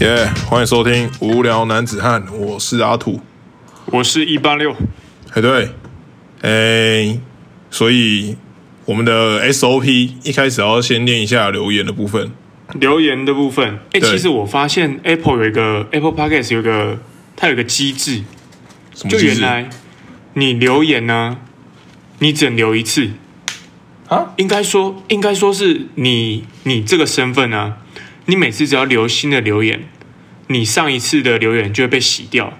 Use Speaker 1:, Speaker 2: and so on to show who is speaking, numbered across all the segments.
Speaker 1: 耶欢迎收听《无聊男子汉》，我是阿土。
Speaker 2: 我是一八六，
Speaker 1: 哎，对，哎，所以我们的 SOP 一开始要先念一下留言的部分。
Speaker 2: 留言的部分。哎、
Speaker 1: 对
Speaker 2: 其实我发现 Apple 有一个 Apple Podcast 有一个它有一个机制，
Speaker 1: 什么
Speaker 2: 就
Speaker 1: 机制
Speaker 2: 原来你留言呢、你只能留一次
Speaker 1: 啊？
Speaker 2: 应该说，应该说是你你这个身份呢、啊你每次只要留新的留言，你上一次的留言就会被洗掉。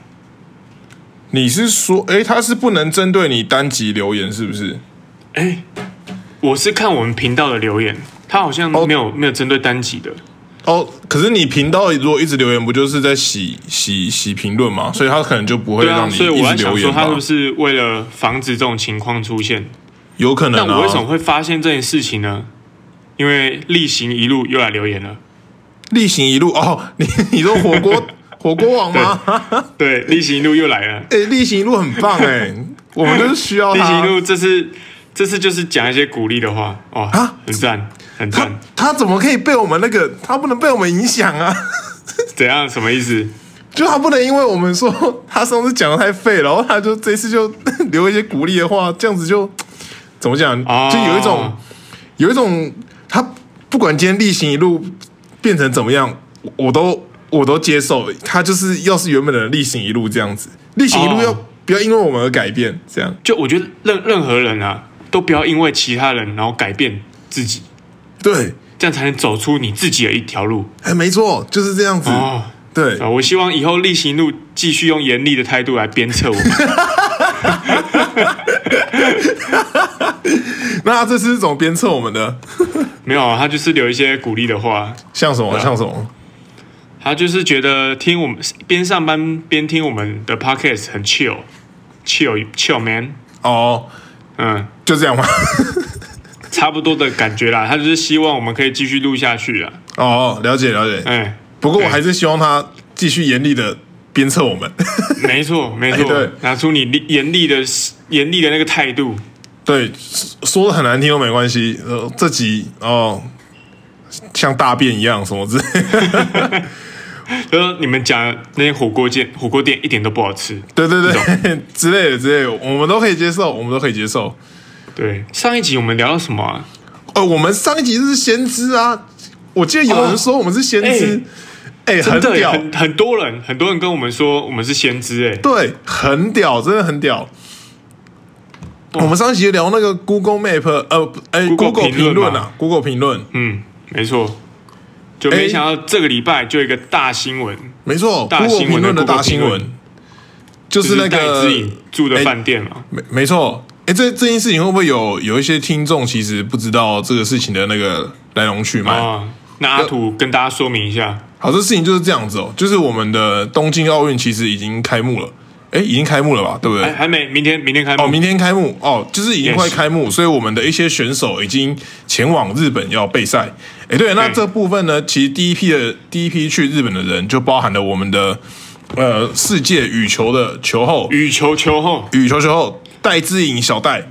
Speaker 1: 你是说，哎，他是不能针对你单集留言，是不是？
Speaker 2: 哎，我是看我们频道的留言，它好像
Speaker 1: 哦
Speaker 2: 没有、没有针对单集的。
Speaker 1: 哦，可是你频道如果一直留言，不就是在洗洗洗评论嘛？所以他可能就不会
Speaker 2: 对啊，
Speaker 1: 让你
Speaker 2: 所以我
Speaker 1: 一
Speaker 2: 在
Speaker 1: 直
Speaker 2: 想
Speaker 1: 留
Speaker 2: 说，
Speaker 1: 言
Speaker 2: 它
Speaker 1: 吧
Speaker 2: 是不？是为了防止这种情况出现？
Speaker 1: 有可能
Speaker 2: 但
Speaker 1: 啊。
Speaker 2: 我为什么会发现这件事情呢？因为例行一路又来留言了。
Speaker 1: 例行一路哦，你你说火锅 火锅王吗？
Speaker 2: 对，例行一路又来了。
Speaker 1: 哎、例行一路很棒哎、我们就是需要
Speaker 2: 例行一
Speaker 1: 他。
Speaker 2: 路这次这次就是讲一些鼓励的话哦
Speaker 1: 啊，
Speaker 2: 很赞，很
Speaker 1: 他
Speaker 2: 赞。
Speaker 1: 他怎么可以被我们那个？他不能被我们影响啊！
Speaker 2: 怎样？什么意思？
Speaker 1: 就他不能因为我们说他上次讲的太废，然后他就这次就 留一些鼓励的话，这样子就怎么讲？
Speaker 2: 哦
Speaker 1: 就有一种有一种他不管今天例行一路变成怎么样，我我都我都接受。他就是要是原本的例行一路这样子，例行一路
Speaker 2: 哦
Speaker 1: 要、不要因为我们而改变？这样
Speaker 2: 就我觉得任任何人啊，都不要因为其他人然后改变自己，
Speaker 1: 对，
Speaker 2: 这样才能走出你自己的一条路
Speaker 1: 哎，没错，就是这样子。
Speaker 2: 哦。
Speaker 1: 对，
Speaker 2: 啊，我希望以后例行一路继续用严厉的态度来鞭 策我们。
Speaker 1: 那他这次是怎么鞭策我们的？
Speaker 2: 没有啊，他就是留一些鼓励的话，
Speaker 1: 像什么？
Speaker 2: 啊
Speaker 1: 像什么？
Speaker 2: 他就是觉得听我们边上班边听我们的 podcast 很 chill，chill chill man，
Speaker 1: 哦，
Speaker 2: 嗯，
Speaker 1: 就这样吗？
Speaker 2: 差不多的感觉啦。他就是希望我们可以继续录下去啊。
Speaker 1: 哦，了解了解。
Speaker 2: 哎，
Speaker 1: 不过我还是希望他继续严厉的鞭策我 们。
Speaker 2: 没错没
Speaker 1: 哎
Speaker 2: 错，
Speaker 1: 对
Speaker 2: 拿出你厉严厉的严厉的那个态度，
Speaker 1: 对，说的很难听都没关系。呃，这集哦，像大便一样什么之类 的。
Speaker 2: 就是你们讲的那些火锅店火锅店一点都不好吃。
Speaker 1: 对对对， 之类的之类的，我们都可以接受，我们都可以接受。
Speaker 2: 对，上一集我们聊到什么啊？
Speaker 1: 哦，我们上一集是先知啊，我记得有人说我们是先知，哎、很
Speaker 2: 哦真的耶
Speaker 1: 屌，
Speaker 2: 很很多人很多人跟我们说我们是先知哎，
Speaker 1: 对，很屌，真的很屌。我们上一集聊那个 Google Map，呃，不哎
Speaker 2: 哦 Google
Speaker 1: 评
Speaker 2: 评论
Speaker 1: 论
Speaker 2: 嘛
Speaker 1: 啊，Google 评论，
Speaker 2: 嗯，没错。就没
Speaker 1: 哎
Speaker 2: 想到这个礼拜就有一个大新闻，
Speaker 1: 没错
Speaker 2: 大
Speaker 1: ，Google
Speaker 2: 新闻
Speaker 1: 评论
Speaker 2: 的
Speaker 1: 的大
Speaker 2: Google
Speaker 1: 新
Speaker 2: 评论
Speaker 1: 闻，就是
Speaker 2: 就是
Speaker 1: 那
Speaker 2: 戴
Speaker 1: 个
Speaker 2: 之颖住的饭店嘛。
Speaker 1: 没没错。哎，这这件事情会不会有有一些听众其实不知道这个事情的那个来龙去脉？
Speaker 2: 啊，那阿土跟大家说明一下，
Speaker 1: 好，这事情就是这样子哦，就是我们的东京奥运其实已经开幕了，哎，已经开幕了吧？对不对？
Speaker 2: 还还没，明天明天开幕。
Speaker 1: 哦，明天开幕哦，就是已经
Speaker 2: Yes
Speaker 1: 快开幕所以我们的一些选手已经前往日本要备赛。诶，对，那
Speaker 2: 嗯
Speaker 1: 这部分呢，其实第一批的第一批去日本的人，就包含了我们的呃世界羽球的球后，
Speaker 2: 羽球球后，
Speaker 1: 羽球球后戴资颖小戴。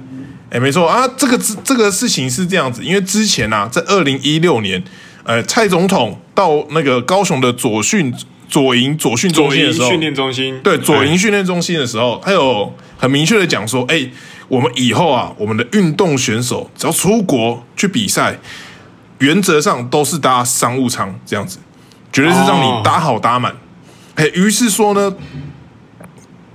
Speaker 1: 哎，没错啊，这个这这个事情是这样子，因为之前啊，在二零一六年，呃，蔡总统到那个高雄的左训左营左训中
Speaker 2: 左
Speaker 1: 心
Speaker 2: 营
Speaker 1: 的时候，
Speaker 2: 训练中心，
Speaker 1: 对左营
Speaker 2: 哎，
Speaker 1: 训练中心的时候，他有很明确的讲说，哎、我们以后啊，我们的运动选手只要出国去比赛，原则上都是搭商务舱这样子，绝对是让
Speaker 2: 哦
Speaker 1: 你搭好搭满。哎、于是说呢，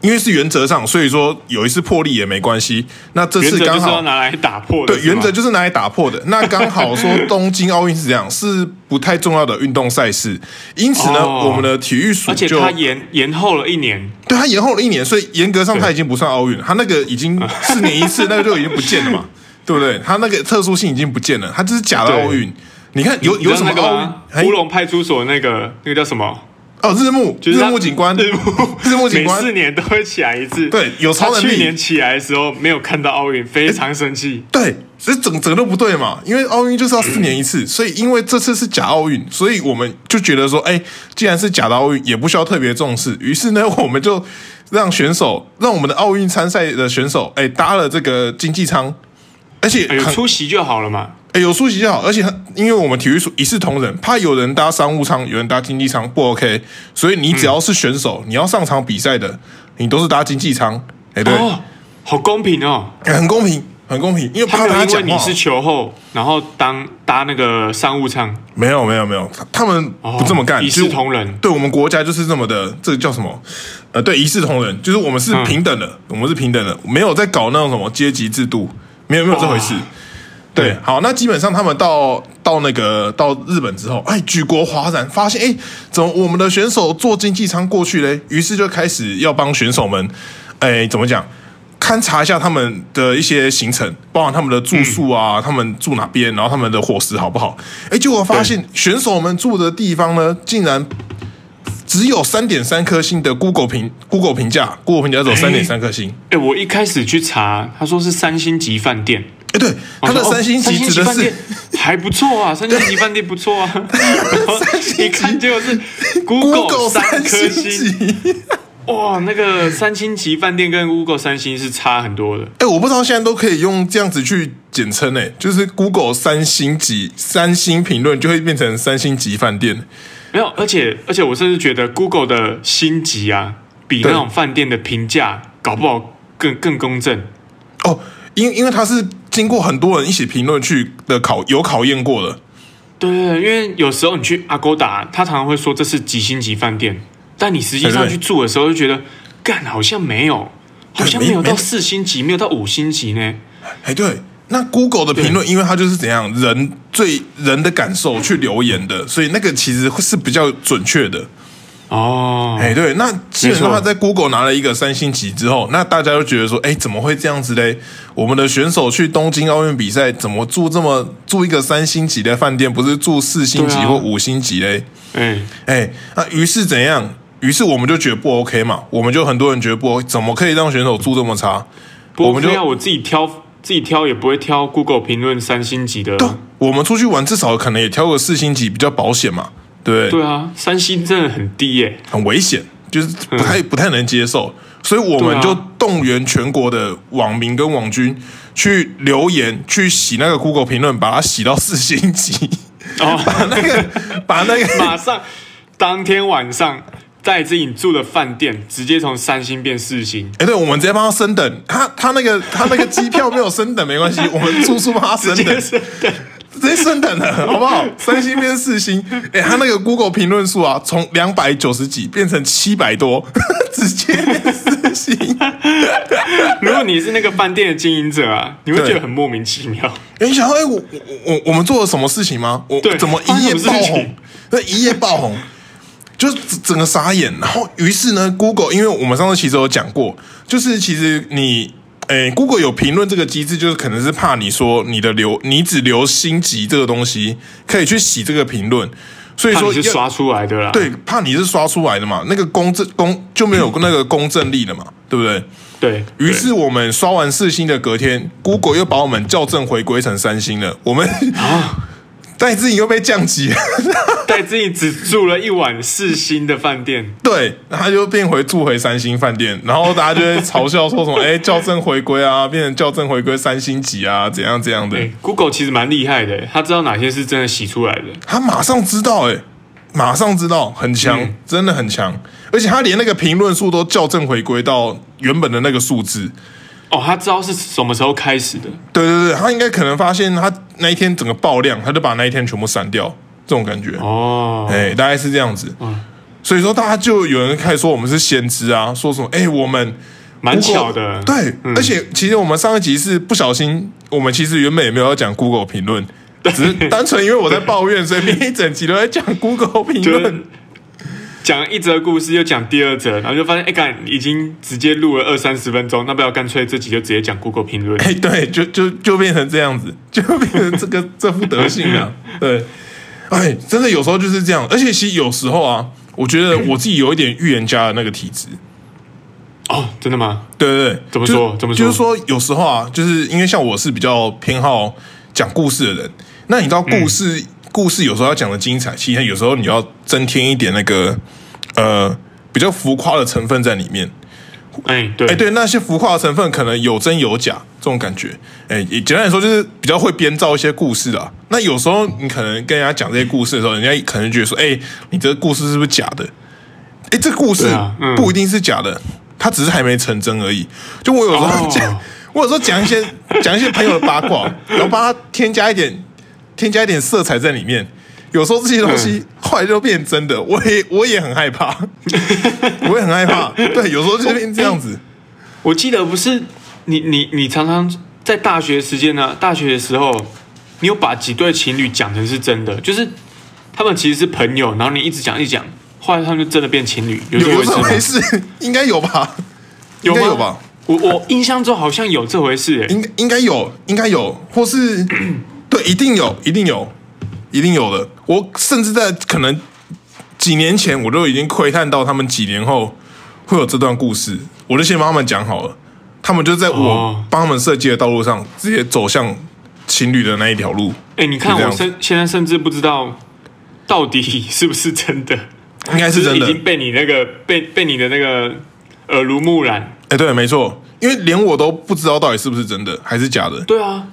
Speaker 1: 因为是原则上，所以说有一次破例也没关系。那这
Speaker 2: 哎原
Speaker 1: 次
Speaker 2: 则就
Speaker 1: 刚
Speaker 2: 是要
Speaker 1: 好。
Speaker 2: 拿来打破的。
Speaker 1: 对，
Speaker 2: 是吗
Speaker 1: 原则就是拿来打破的。那刚好说东京奥运是这样，是不太重要的运动赛事，因此呢，
Speaker 2: 哦
Speaker 1: 我们的体育署
Speaker 2: 而且
Speaker 1: 就
Speaker 2: 他延延后了一年，
Speaker 1: 对他延后了一年，所以严格上他已经不算奥运了，他那个已经四年一次，那个就已经不见了嘛，对不对？他那个特殊性已经不见了，他这是假的奥运。你看有有什么哎
Speaker 2: 你知
Speaker 1: 奥运
Speaker 2: 道那个吗？乌
Speaker 1: 嘿？
Speaker 2: 龙派出所那个那个叫什么？
Speaker 1: 哦，日暮，
Speaker 2: 就是
Speaker 1: 日
Speaker 2: 他
Speaker 1: 暮警官，
Speaker 2: 日暮
Speaker 1: 日暮警
Speaker 2: 每四
Speaker 1: 官，
Speaker 2: 年都会起来一次。
Speaker 1: 对有超能力
Speaker 2: 他去年起来的时候没有看到奥运，非常生气。
Speaker 1: 对，这整整个都不对嘛，因为奥运就是要四年一次，所以因为这次是假奥运，所以我们就觉得说，哎，既然是假的奥运，也不需要特别重视，于是呢，我们就让选手，让我们的奥运参赛的选手，哎，搭了这个经济舱，而且
Speaker 2: 哎有
Speaker 1: 很
Speaker 2: 出席就好了嘛。
Speaker 1: 哎，有出席就好，而且他因为我们体育署一视同仁，怕有人搭商务舱，有人搭经济舱不 OK，所以你只要是选手，你要上场比赛的，你都是搭经济舱。哎，对，
Speaker 2: 哦，好公平哦！
Speaker 1: 哎很公平，很公平，因为
Speaker 2: 他
Speaker 1: 怕
Speaker 2: 没
Speaker 1: 他
Speaker 2: 有因
Speaker 1: 讲
Speaker 2: 为
Speaker 1: 话。哦
Speaker 2: 你是球后，然后当搭那个商务舱，
Speaker 1: 没有没有没有，他他们
Speaker 2: 哦
Speaker 1: 不这么干，
Speaker 2: 一视
Speaker 1: 就
Speaker 2: 同仁
Speaker 1: 对我们国家就是这么的，这个叫什么？呃，对，一视同仁，就是我们是平等的，我们是平等的，没有在搞那种什么阶级制度，没有没有这回事
Speaker 2: 哇。
Speaker 1: 对，好，那基本上他们到到那个到日本之后，哎，举国哗然，发现哎，怎么我们的选手坐经济舱过去嘞？于是就开始要帮选手们，哎，怎么讲？勘察一下他们的一些行程，包含他们的住宿啊，他们住哪边，然后他们的伙食好不好？哎，结果发现选手们住的地方呢，竟然只有三点三颗星的 Google 评 Google 评价，Google 评价只有三点三颗星。
Speaker 2: 哎，我一开始去查，他说是三星级饭店，
Speaker 1: 哎，对，
Speaker 2: 我
Speaker 1: 他
Speaker 2: 说
Speaker 1: 的三星
Speaker 2: 哦
Speaker 1: 级
Speaker 2: 三星
Speaker 1: 指
Speaker 2: 级
Speaker 1: 的
Speaker 2: 饭
Speaker 1: 是
Speaker 2: 店还不错啊，三星级饭店不错啊。然后一看结果是 Google 三颗
Speaker 1: 星
Speaker 2: 星，
Speaker 1: 级。
Speaker 2: 哇，那个三星级饭店跟 Google 三星是差很多的。
Speaker 1: 哎、我不知道现在都可以用这样子去简称哎、就是 Google 三星级三星评论就会变成三星级饭店。
Speaker 2: 没有，而且而且我甚至觉得 Google 的星级啊，比
Speaker 1: 对
Speaker 2: 那种饭店的评价搞不好更更公正。
Speaker 1: 哦，因因为它是经过很多人一起评论去的考有考验过的，
Speaker 2: 对对对，因为有时候你去阿勾达，他常常会说这是几星级饭店，但你实际上
Speaker 1: 对对
Speaker 2: 去住的时候就觉得，干好像没有，好像
Speaker 1: 没
Speaker 2: 没有
Speaker 1: 没
Speaker 2: 到四星级，没有到五星级呢。
Speaker 1: 哎、对。那 Google 的评论，因为它就是怎样人最人的感受去留言的，所以那个其实是比较准确的。
Speaker 2: 哦，
Speaker 1: 哎、对，那基本上
Speaker 2: 没
Speaker 1: 他
Speaker 2: 错
Speaker 1: 在 Google 拿了一个三星级之后，那大家都觉得说，哎、怎么会这样子嘞？我们的选手去东京奥运比赛，怎么住这么住一个三星级的饭店，不是住四星级
Speaker 2: 对啊
Speaker 1: 或五星级嘞？
Speaker 2: 哎，
Speaker 1: 哎、那于是怎样？于是我们就觉得不 OK 嘛，我们就很多人觉得不 OK，怎么可以让选手住这么差？
Speaker 2: 不
Speaker 1: 我
Speaker 2: 过
Speaker 1: 们
Speaker 2: 非
Speaker 1: 就
Speaker 2: 要我自己挑，自己挑也不会挑 Google 评论三星级的。
Speaker 1: 我们出去玩至少可能也挑个四星级比较保险嘛，对不对？
Speaker 2: 对啊，三星真的很低耶、
Speaker 1: 很危险，就是不太不太能接受，所以我们就
Speaker 2: 嗯对啊
Speaker 1: 动员全国的网民跟网军去留言，去洗那个 Google 评论，把它洗到四星级，
Speaker 2: 哦，
Speaker 1: 把那个把那 个
Speaker 2: 马上当天晚上在自己住的饭店直接从三星变四 星，
Speaker 1: 哎，对，我们直接帮他升等，他他那个他那个机票没有升等没关系，我们住宿帮他升等
Speaker 2: 接，是
Speaker 1: 直接升等了，好不好？三星变四星，哎，他那个 Google 评论数啊，从两百九十几变成七百多， 直接变四星。
Speaker 2: 如果你是那个饭店的经营者啊，你会
Speaker 1: 对
Speaker 2: 觉得很莫名其妙。
Speaker 1: 欸、你想说，哎、我我我我们做了什么事情吗？我
Speaker 2: 对
Speaker 1: 怎么一夜
Speaker 2: 发生什
Speaker 1: 爆
Speaker 2: 么事情
Speaker 1: 红？那一夜爆红，就是整整个傻眼。然后，于是呢，Google，因为我们上次其实有讲过，就是其实你，哎、g o o g l e 有评论这个机制，就是可能是怕你说你的留，你只留星级这个东西，可以去洗这个评论，所以
Speaker 2: 怕
Speaker 1: 说
Speaker 2: 你是
Speaker 1: 要
Speaker 2: 刷出来的啦，，
Speaker 1: 对，怕你是刷出来的嘛，那个公正公就 没有那个公正力了嘛，对不对？
Speaker 2: 对，
Speaker 1: 于是我们刷完四星的隔天，Google 又把我们校正回归成三星了。我们
Speaker 2: 啊
Speaker 1: 戴志颖又被降级 了，
Speaker 2: 带自己只住了一晚四星的饭店，
Speaker 1: 对，然后他就变回住回三星饭店，然后大家就会嘲笑说什 么“哎，校正回归啊，变成校正回归三星级啊，怎样怎样的
Speaker 2: 哎、g o o g l e 其实蛮厉害的，他知道哪些是真的洗出来的。”。
Speaker 1: 他马上知道、哎，马上知道，很强，
Speaker 2: 嗯
Speaker 1: 真的很强。而且他连那个评论数都校正回归到原本的那个数字。
Speaker 2: 哦，他知道是什么时候开始的，
Speaker 1: 对对对，他应该可能发现他那一天整个爆量，他就把那一天全部删掉，这种感觉。
Speaker 2: 哦，
Speaker 1: 哎、大概是这样子
Speaker 2: 嗯。
Speaker 1: 所以说，大家就有人开始说我们是先知啊，说什么哎、我们
Speaker 2: 蛮
Speaker 1: Google-
Speaker 2: 巧的，嗯
Speaker 1: 对，而且其实我们上一集是不小心，我们其实原本也没有要讲 Google 评论，只是单纯因为我在抱怨，所以变一整集都在 讲 Google 评
Speaker 2: 就是
Speaker 1: 论。
Speaker 2: 讲一则故事，又讲第二则，然后就发现，哎、干已经直接录了二三十分钟，那不要干脆这集就直接讲 Google 评论。
Speaker 1: 哎、对，就就就变成这样子， 就变成这个这副德性 了。对，哎，真的有时候就是这样，而且其实有时候啊，我觉得我自己有一点预言家的那个体质。
Speaker 2: 哦，真的吗？
Speaker 1: 对对对，
Speaker 2: 怎么
Speaker 1: 就
Speaker 2: 说怎么说
Speaker 1: 就是说，有时候啊，就是因为像我是比较偏好讲故事的人，那你知道故事、
Speaker 2: 嗯
Speaker 1: 故事有时候要讲的精彩，其实有时候你要增添一点那个呃比较浮夸的成分在里面。
Speaker 2: 哎、对，
Speaker 1: 哎，对，那些浮夸的成分可能有真有假，这种感觉。哎，也简单来说就是比较会编造一些故事啊。那有时候你可能跟人家讲这些故事的时候，人家可能觉得说，哎，你这个故事是不是假的？哎，这故事
Speaker 2: 对啊嗯
Speaker 1: 不一定是假的，它只是还没成真而已。就我有时候
Speaker 2: 哦
Speaker 1: 讲，我有时候讲一些讲一些朋友的八卦，然后帮他添加一点添加一点色彩在里面。有时候这些东
Speaker 2: 嗯
Speaker 1: 西后来就变成真的，我也我也很害 怕，我也很害怕。对，有时候就变这样子。
Speaker 2: 我记得不是你你你常常在大学时间呢、大学的时候，你有把几对情侣讲成是真的，就是他们其实是朋友，然后你一直讲一直讲，后来他们就真的变情侣，有
Speaker 1: 有
Speaker 2: 这
Speaker 1: 有
Speaker 2: 回
Speaker 1: 这
Speaker 2: 事
Speaker 1: 回
Speaker 2: 吗？
Speaker 1: 事？ 应该有吧？
Speaker 2: 有
Speaker 1: 应
Speaker 2: 吗
Speaker 1: 该有吧？
Speaker 2: 我我印象中好像有这回事、欸，
Speaker 1: 应应该有，应该有，或 是对，一定有，一定有，一定有的。我甚至在可能几年前，我都已经窥探到他们几年后会有这段故事，我就先帮他们讲好了。他们就在我
Speaker 2: 哦
Speaker 1: 帮他们设计的道路上，直接走向情侣的那一条路。
Speaker 2: 哎、你看
Speaker 1: 是这样
Speaker 2: 我
Speaker 1: 子
Speaker 2: 甚现在甚至不知道到底是不是真的，
Speaker 1: 应该是真
Speaker 2: 就是已
Speaker 1: 的，
Speaker 2: 经被你那个被被你的那个耳濡目染，
Speaker 1: 哎，对，没错，因为连我都不知道到底是不是真的还是假的，
Speaker 2: 对啊，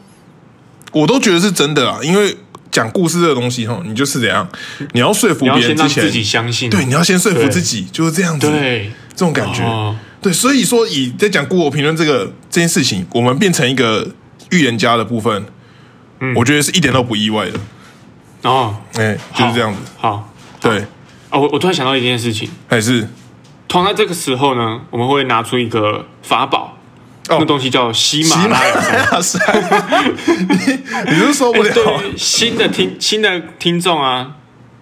Speaker 1: 我都觉得是真的啊。因为讲故事这个东西，吼，你就是怎样，你要说服
Speaker 2: 你要
Speaker 1: 别
Speaker 2: 先
Speaker 1: 人
Speaker 2: 让
Speaker 1: 之前，
Speaker 2: 自己相信，
Speaker 1: 对，你要先说服
Speaker 2: 对
Speaker 1: 自己，就是这样子，
Speaker 2: 对
Speaker 1: 这种感觉。
Speaker 2: 哦
Speaker 1: 对，所以说以在讲 Google 评论这个这件事情，我们变成一个预言家的部分，
Speaker 2: 嗯
Speaker 1: 我觉得是一点都不意外的。
Speaker 2: 哦，
Speaker 1: 哎，就是这样子。
Speaker 2: 好。
Speaker 1: 对，
Speaker 2: 哦，我我突然想到一件事情，
Speaker 1: 还是
Speaker 2: 通常在这个时候呢，我们会拿出一个法宝，
Speaker 1: 哦
Speaker 2: 那东西叫喜
Speaker 1: 喜
Speaker 2: 马
Speaker 1: 马
Speaker 2: 拉雅
Speaker 1: 拉
Speaker 2: 山。哎
Speaker 1: 雅山，你你是哦受不了
Speaker 2: 对于新的听新的听众啊，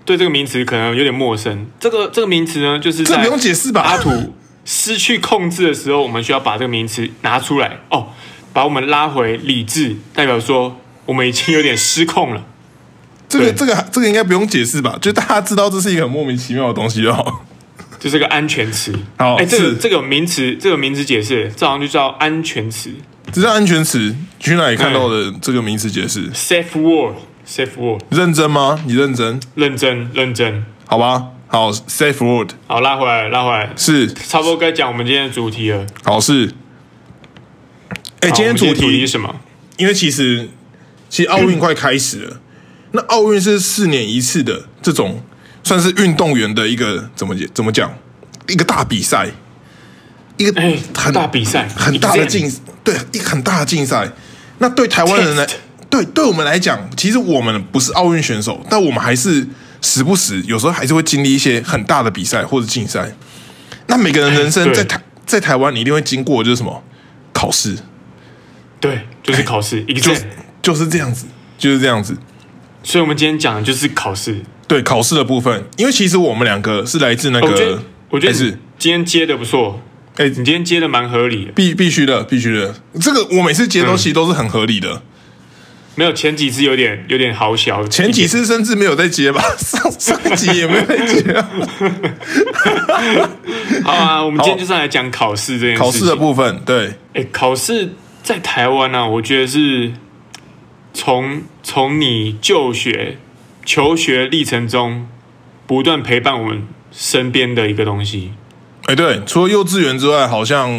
Speaker 2: 对这个名词可能有点陌生。这个这个名词呢，就是
Speaker 1: 这
Speaker 2: 在
Speaker 1: 不用解释
Speaker 2: 阿
Speaker 1: 吧？
Speaker 2: 土失去控制的时候，我们需要把这个名词拿出来哦，把我们拉回理智，代表说我们已经有点失控了。
Speaker 1: 这个
Speaker 2: 对
Speaker 1: 这个这个应该不用解释吧？就大家知道这是一个很莫名其妙的东西就哦好。
Speaker 2: 这是个安全词。
Speaker 1: 好
Speaker 2: 哎，这
Speaker 1: 哦是
Speaker 2: 个这个名词，这个名词解释，这好像就叫安全词
Speaker 1: 只是安全词，去哪里看到的这个名词解释？
Speaker 2: ，safe word，safe word，
Speaker 1: 认真吗？你认真？
Speaker 2: 认真认真。
Speaker 1: 好吧，好，safe word
Speaker 2: 好，拉回来，拉回来，
Speaker 1: 是
Speaker 2: 差不多该讲我们今天的主题了。
Speaker 1: 好事。哎、
Speaker 2: 好
Speaker 1: 今天
Speaker 2: 我们
Speaker 1: 主
Speaker 2: 主题
Speaker 1: 题
Speaker 2: 是，什么？
Speaker 1: 因为其实其实奥运快开始了，那奥运是四年一次的这种，算是运动员的一个怎么解怎么讲，一个大比赛，一个
Speaker 2: 哎，
Speaker 1: 很
Speaker 2: 大比赛，
Speaker 1: 很大的
Speaker 2: exam
Speaker 1: 竞，对，一个很大的竞赛。那对台湾人来
Speaker 2: Test，
Speaker 1: 对对我们来讲，其实我们不是奥运选手，但我们还是时不时有时候还是会经历一些很大的比赛或者竞赛。那每个人人生
Speaker 2: 对
Speaker 1: 在台在台湾，你一定会经过就是什么考试，
Speaker 2: 对，
Speaker 1: 哎
Speaker 2: 就是考试
Speaker 1: 就
Speaker 2: exam。
Speaker 1: 就是这样子，就是这样子。
Speaker 2: 所以我们今天讲的就是考试。
Speaker 1: 对考试的部分，因为其实我们两个是来自那
Speaker 2: 哦我觉
Speaker 1: 个
Speaker 2: 得，，我觉得
Speaker 1: 还
Speaker 2: 你
Speaker 1: 是
Speaker 2: 今天接的不错，
Speaker 1: 哎、
Speaker 2: 你今天接的蛮合理的。
Speaker 1: 必必须的，必须的。这个我每次接都
Speaker 2: 嗯
Speaker 1: 其实都是很合理的。
Speaker 2: 没有前几次有点有点好小，
Speaker 1: 前几次甚至没有在接 吧，上上一集也没有在接、啊。
Speaker 2: 好啊，我们今天就是来讲考试这件事情。
Speaker 1: 考试的部分，对，
Speaker 2: 哎、考试在台湾呢、啊，我觉得是从从你就学、求学历程中不断陪伴我们身边的一个东西。
Speaker 1: 哎对，除了幼稚园之外，好像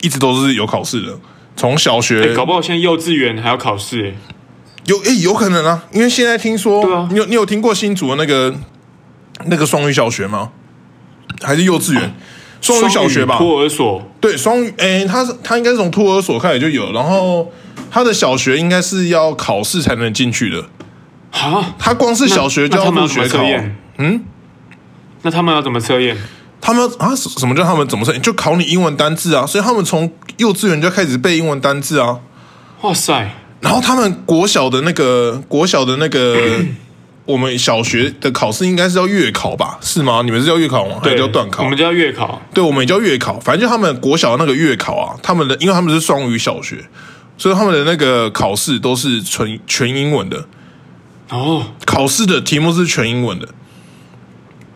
Speaker 1: 一直都是有考试的。从小
Speaker 2: 哎、
Speaker 1: 学
Speaker 2: 搞不好现在幼稚园还要考试、欸诶
Speaker 1: 有哎、有可能啊，因为现在听说，
Speaker 2: 对啊
Speaker 1: 你有你有听过新竹的那个那个双语小学吗？还是幼稚园？双语小学吧，
Speaker 2: 托儿所，
Speaker 1: 对，双语，哎，他是他应该是从托儿所开始就有，然后他的小学应该是要考试才能进去的，
Speaker 2: 哈，
Speaker 1: 他光是小学就
Speaker 2: 那
Speaker 1: 要
Speaker 2: 他们
Speaker 1: 入
Speaker 2: 要怎么
Speaker 1: 学考
Speaker 2: 测，验？
Speaker 1: 嗯，
Speaker 2: 那他们要怎么测验？
Speaker 1: 他们啊，什什么叫他们怎么测验？就考你英文单字啊，所以他们从幼稚园就开始背英文单字啊。
Speaker 2: 哇塞，
Speaker 1: 然后他们国小的那个国小的那个 我们小学的考试应该是叫月考吧？是吗？你们是叫月考吗？还是
Speaker 2: 对，
Speaker 1: 叫段考？
Speaker 2: 我们叫月考，
Speaker 1: 对，我们也叫月考，反正就他们国小那个月考啊，他们的因为他们是双语小学，所以他们的那个考试都是纯全英文的，
Speaker 2: 哦，
Speaker 1: 考试的题目是全英文的。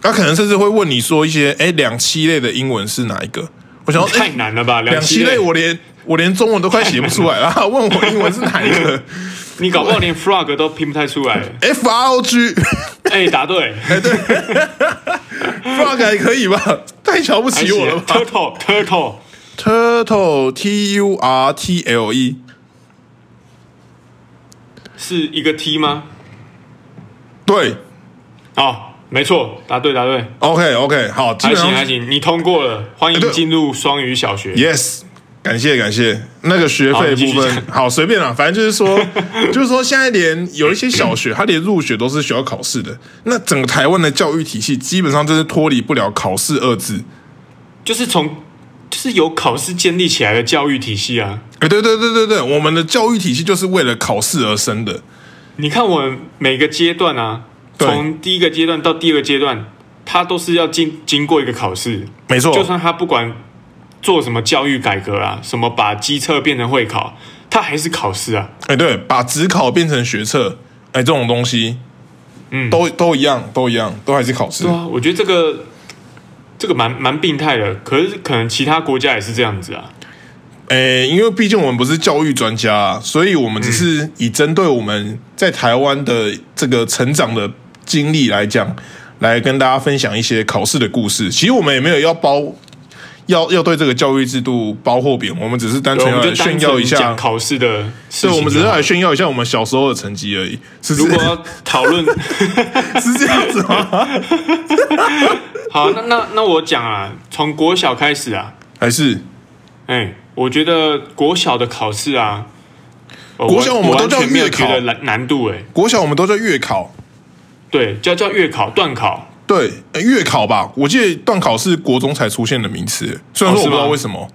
Speaker 1: 他可能甚至会问你说一些，哎，两栖类的英文是哪一个？我想要，哎
Speaker 2: 太难了吧？
Speaker 1: 两
Speaker 2: 两
Speaker 1: 栖
Speaker 2: 栖
Speaker 1: 类我连我连中文都快写不出来了， 他问我英文是哪一 个
Speaker 2: 你搞不好连 frog 都拼不太出 来。
Speaker 1: ？F R O G
Speaker 2: 哎、答对，
Speaker 1: frog 还可以 吧？太瞧不起我了吧
Speaker 2: turtle turtle。
Speaker 1: ？Turtle T U R T L E
Speaker 2: 是一个 T 吗？
Speaker 1: 对
Speaker 2: 哦，没错，答对答对，
Speaker 1: ，OK OK，好，基
Speaker 2: 还
Speaker 1: 本
Speaker 2: 行还
Speaker 1: 上
Speaker 2: 行，你通过了，欢
Speaker 1: 哎对
Speaker 2: 迎进入双语小学。
Speaker 1: Yes，感谢感谢。那个学费的部
Speaker 2: 好你继续
Speaker 1: 分，好随便啦，反正就是 说，就是说现在连有一些小学，它连入学都是需要考试的。那整个台湾的教育体系基本上就是脱离不了考试二字。
Speaker 2: 就是从就是由考试建立起来的教育体系啊。
Speaker 1: 哎，对对对对对，我们的教育体系就是为了考试而生的。
Speaker 2: 你看我们每个阶段啊，
Speaker 1: 对
Speaker 2: 从第一个阶段到第二个阶段，它都是要经经过一个考试，
Speaker 1: 没错，
Speaker 2: 就算他不管做什么教育改革啊，什么把机测变成会考，他还是考试啊。
Speaker 1: 哎，对，把职考变成学测，哎，这种东西，
Speaker 2: 嗯
Speaker 1: 都都一样，都一样，都还是考试
Speaker 2: 对。啊，我觉得这个这个蛮蛮病态的，可是可能其他国家也是这样子啊。
Speaker 1: 诶，哎因为毕竟我们不是教育专家、啊，所以我们
Speaker 2: 嗯
Speaker 1: 只是以针对我们在台湾的这个成长的经历来讲，来跟大家分享一些考试的故事。其实我们也没有要包，要要对这个教育制度包或贬，我们只是单
Speaker 2: 对，
Speaker 1: 纯
Speaker 2: 我
Speaker 1: 要
Speaker 2: 们就
Speaker 1: 来
Speaker 2: 单
Speaker 1: 啊炫耀
Speaker 2: 纯
Speaker 1: 一下
Speaker 2: 讲，考试的事
Speaker 1: 对，
Speaker 2: 情就好。
Speaker 1: 我们只是来炫耀一下我们小时候的成绩而已。是
Speaker 2: 如
Speaker 1: 这
Speaker 2: 果要讨论，
Speaker 1: 是这样子 吗？
Speaker 2: 好，那那那我讲啊，从国小开始啊，
Speaker 1: 还是
Speaker 2: 哎、我觉得国小的考试啊，哦
Speaker 1: 国小我们都叫
Speaker 2: 完全没有
Speaker 1: 月考
Speaker 2: 觉得难难度哎、
Speaker 1: 国小我们都叫月考？
Speaker 2: 对，叫叫月考、段考，
Speaker 1: 对，呃月考吧，我记得段考是国中才出现的名词，虽然说我
Speaker 2: 哦是
Speaker 1: 不知道
Speaker 2: 吗
Speaker 1: 为什么。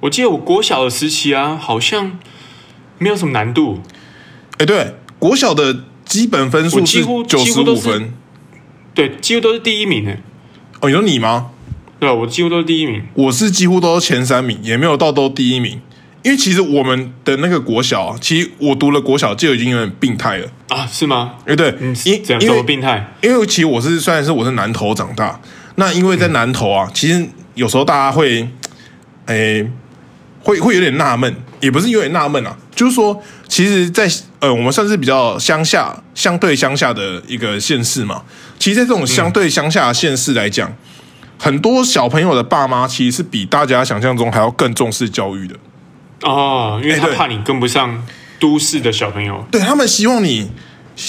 Speaker 2: 我记得我国小的时期啊，好像没有什么难度，
Speaker 1: 哎，对，国小的基本分数
Speaker 2: 我几
Speaker 1: 是
Speaker 2: 乎
Speaker 1: 九
Speaker 2: 几
Speaker 1: 十
Speaker 2: 乎
Speaker 1: 五
Speaker 2: 都是
Speaker 1: 分。
Speaker 2: 对，几乎都是第一名诶，
Speaker 1: 哦，你说你吗？
Speaker 2: 对吧？我几乎都是第一名，
Speaker 1: 我是几乎都是前三名，也没有到都第一名。因为其实我们的那个国小啊，其实我读了国小就已经有点病态了。
Speaker 2: 啊，是吗？
Speaker 1: 哎，对，
Speaker 2: 嗯，
Speaker 1: 因
Speaker 2: 怎样
Speaker 1: 因
Speaker 2: 怎么
Speaker 1: 为
Speaker 2: 病态？
Speaker 1: 因为其实我是虽然是我是南投长大，那因为在南投啊，其实有时候大家会，诶、会会有点纳闷，也不是有点纳闷啊，就是说，其实在，呃，我们算是比较乡下，相对乡下的一个县市嘛。其实，在这种相对乡下的县市来讲，很多小朋友的爸妈其实是比大家想象中还要更重视教育的。
Speaker 2: 哦，因为
Speaker 1: 哎
Speaker 2: 他
Speaker 1: 对
Speaker 2: 怕你跟不上都市的小朋友，
Speaker 1: 对他们希望你，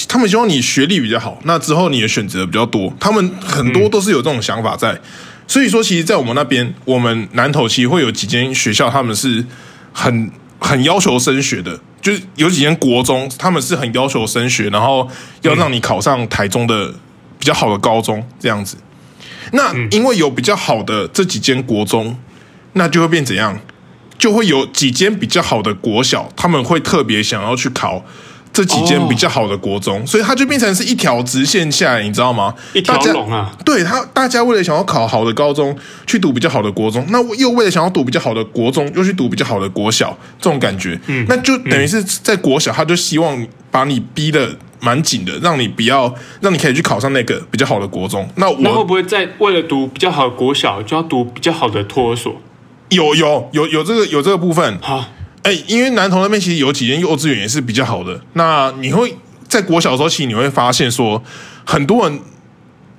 Speaker 1: 他们希望你学历比较好，那之后你的选择比较多，他们很多都是有这种想法在。所以说，其实，在我们那边，我们南投其实会有几间学校，他们是很很要求升学的，就是有几间国中，他们是很要求升学，然后要让你考上台中的比较好的高中这样子。那因为有比较好的这几间国中，那就会变怎样？就会有几间比较好的国小，他们会特别想要去考这几间
Speaker 2: 哦
Speaker 1: 比较好的国中，所以它就变成是一条直线下来，你知道吗？
Speaker 2: 一条
Speaker 1: 大家
Speaker 2: 龙啊。
Speaker 1: 对他，大家为了想要考好的高中，去读比较好的国中，那又为了想要读比较好的国中，又去读比较好的国小，这种感觉，嗯，那就等于是在国小，他就希望把你逼的蛮紧的，让你不要，让你可以去考上那个比较好的国中。那
Speaker 2: 那会
Speaker 1: 我
Speaker 2: 不会在为了读比较好的国小，就要读比较好的托儿所？
Speaker 1: 有有有有这个有这个部分，
Speaker 2: 好，
Speaker 1: 哎、因为南投那边其实有几间幼稚园也是比较好的。那你会在国小的时候，其实你会发现说，很多人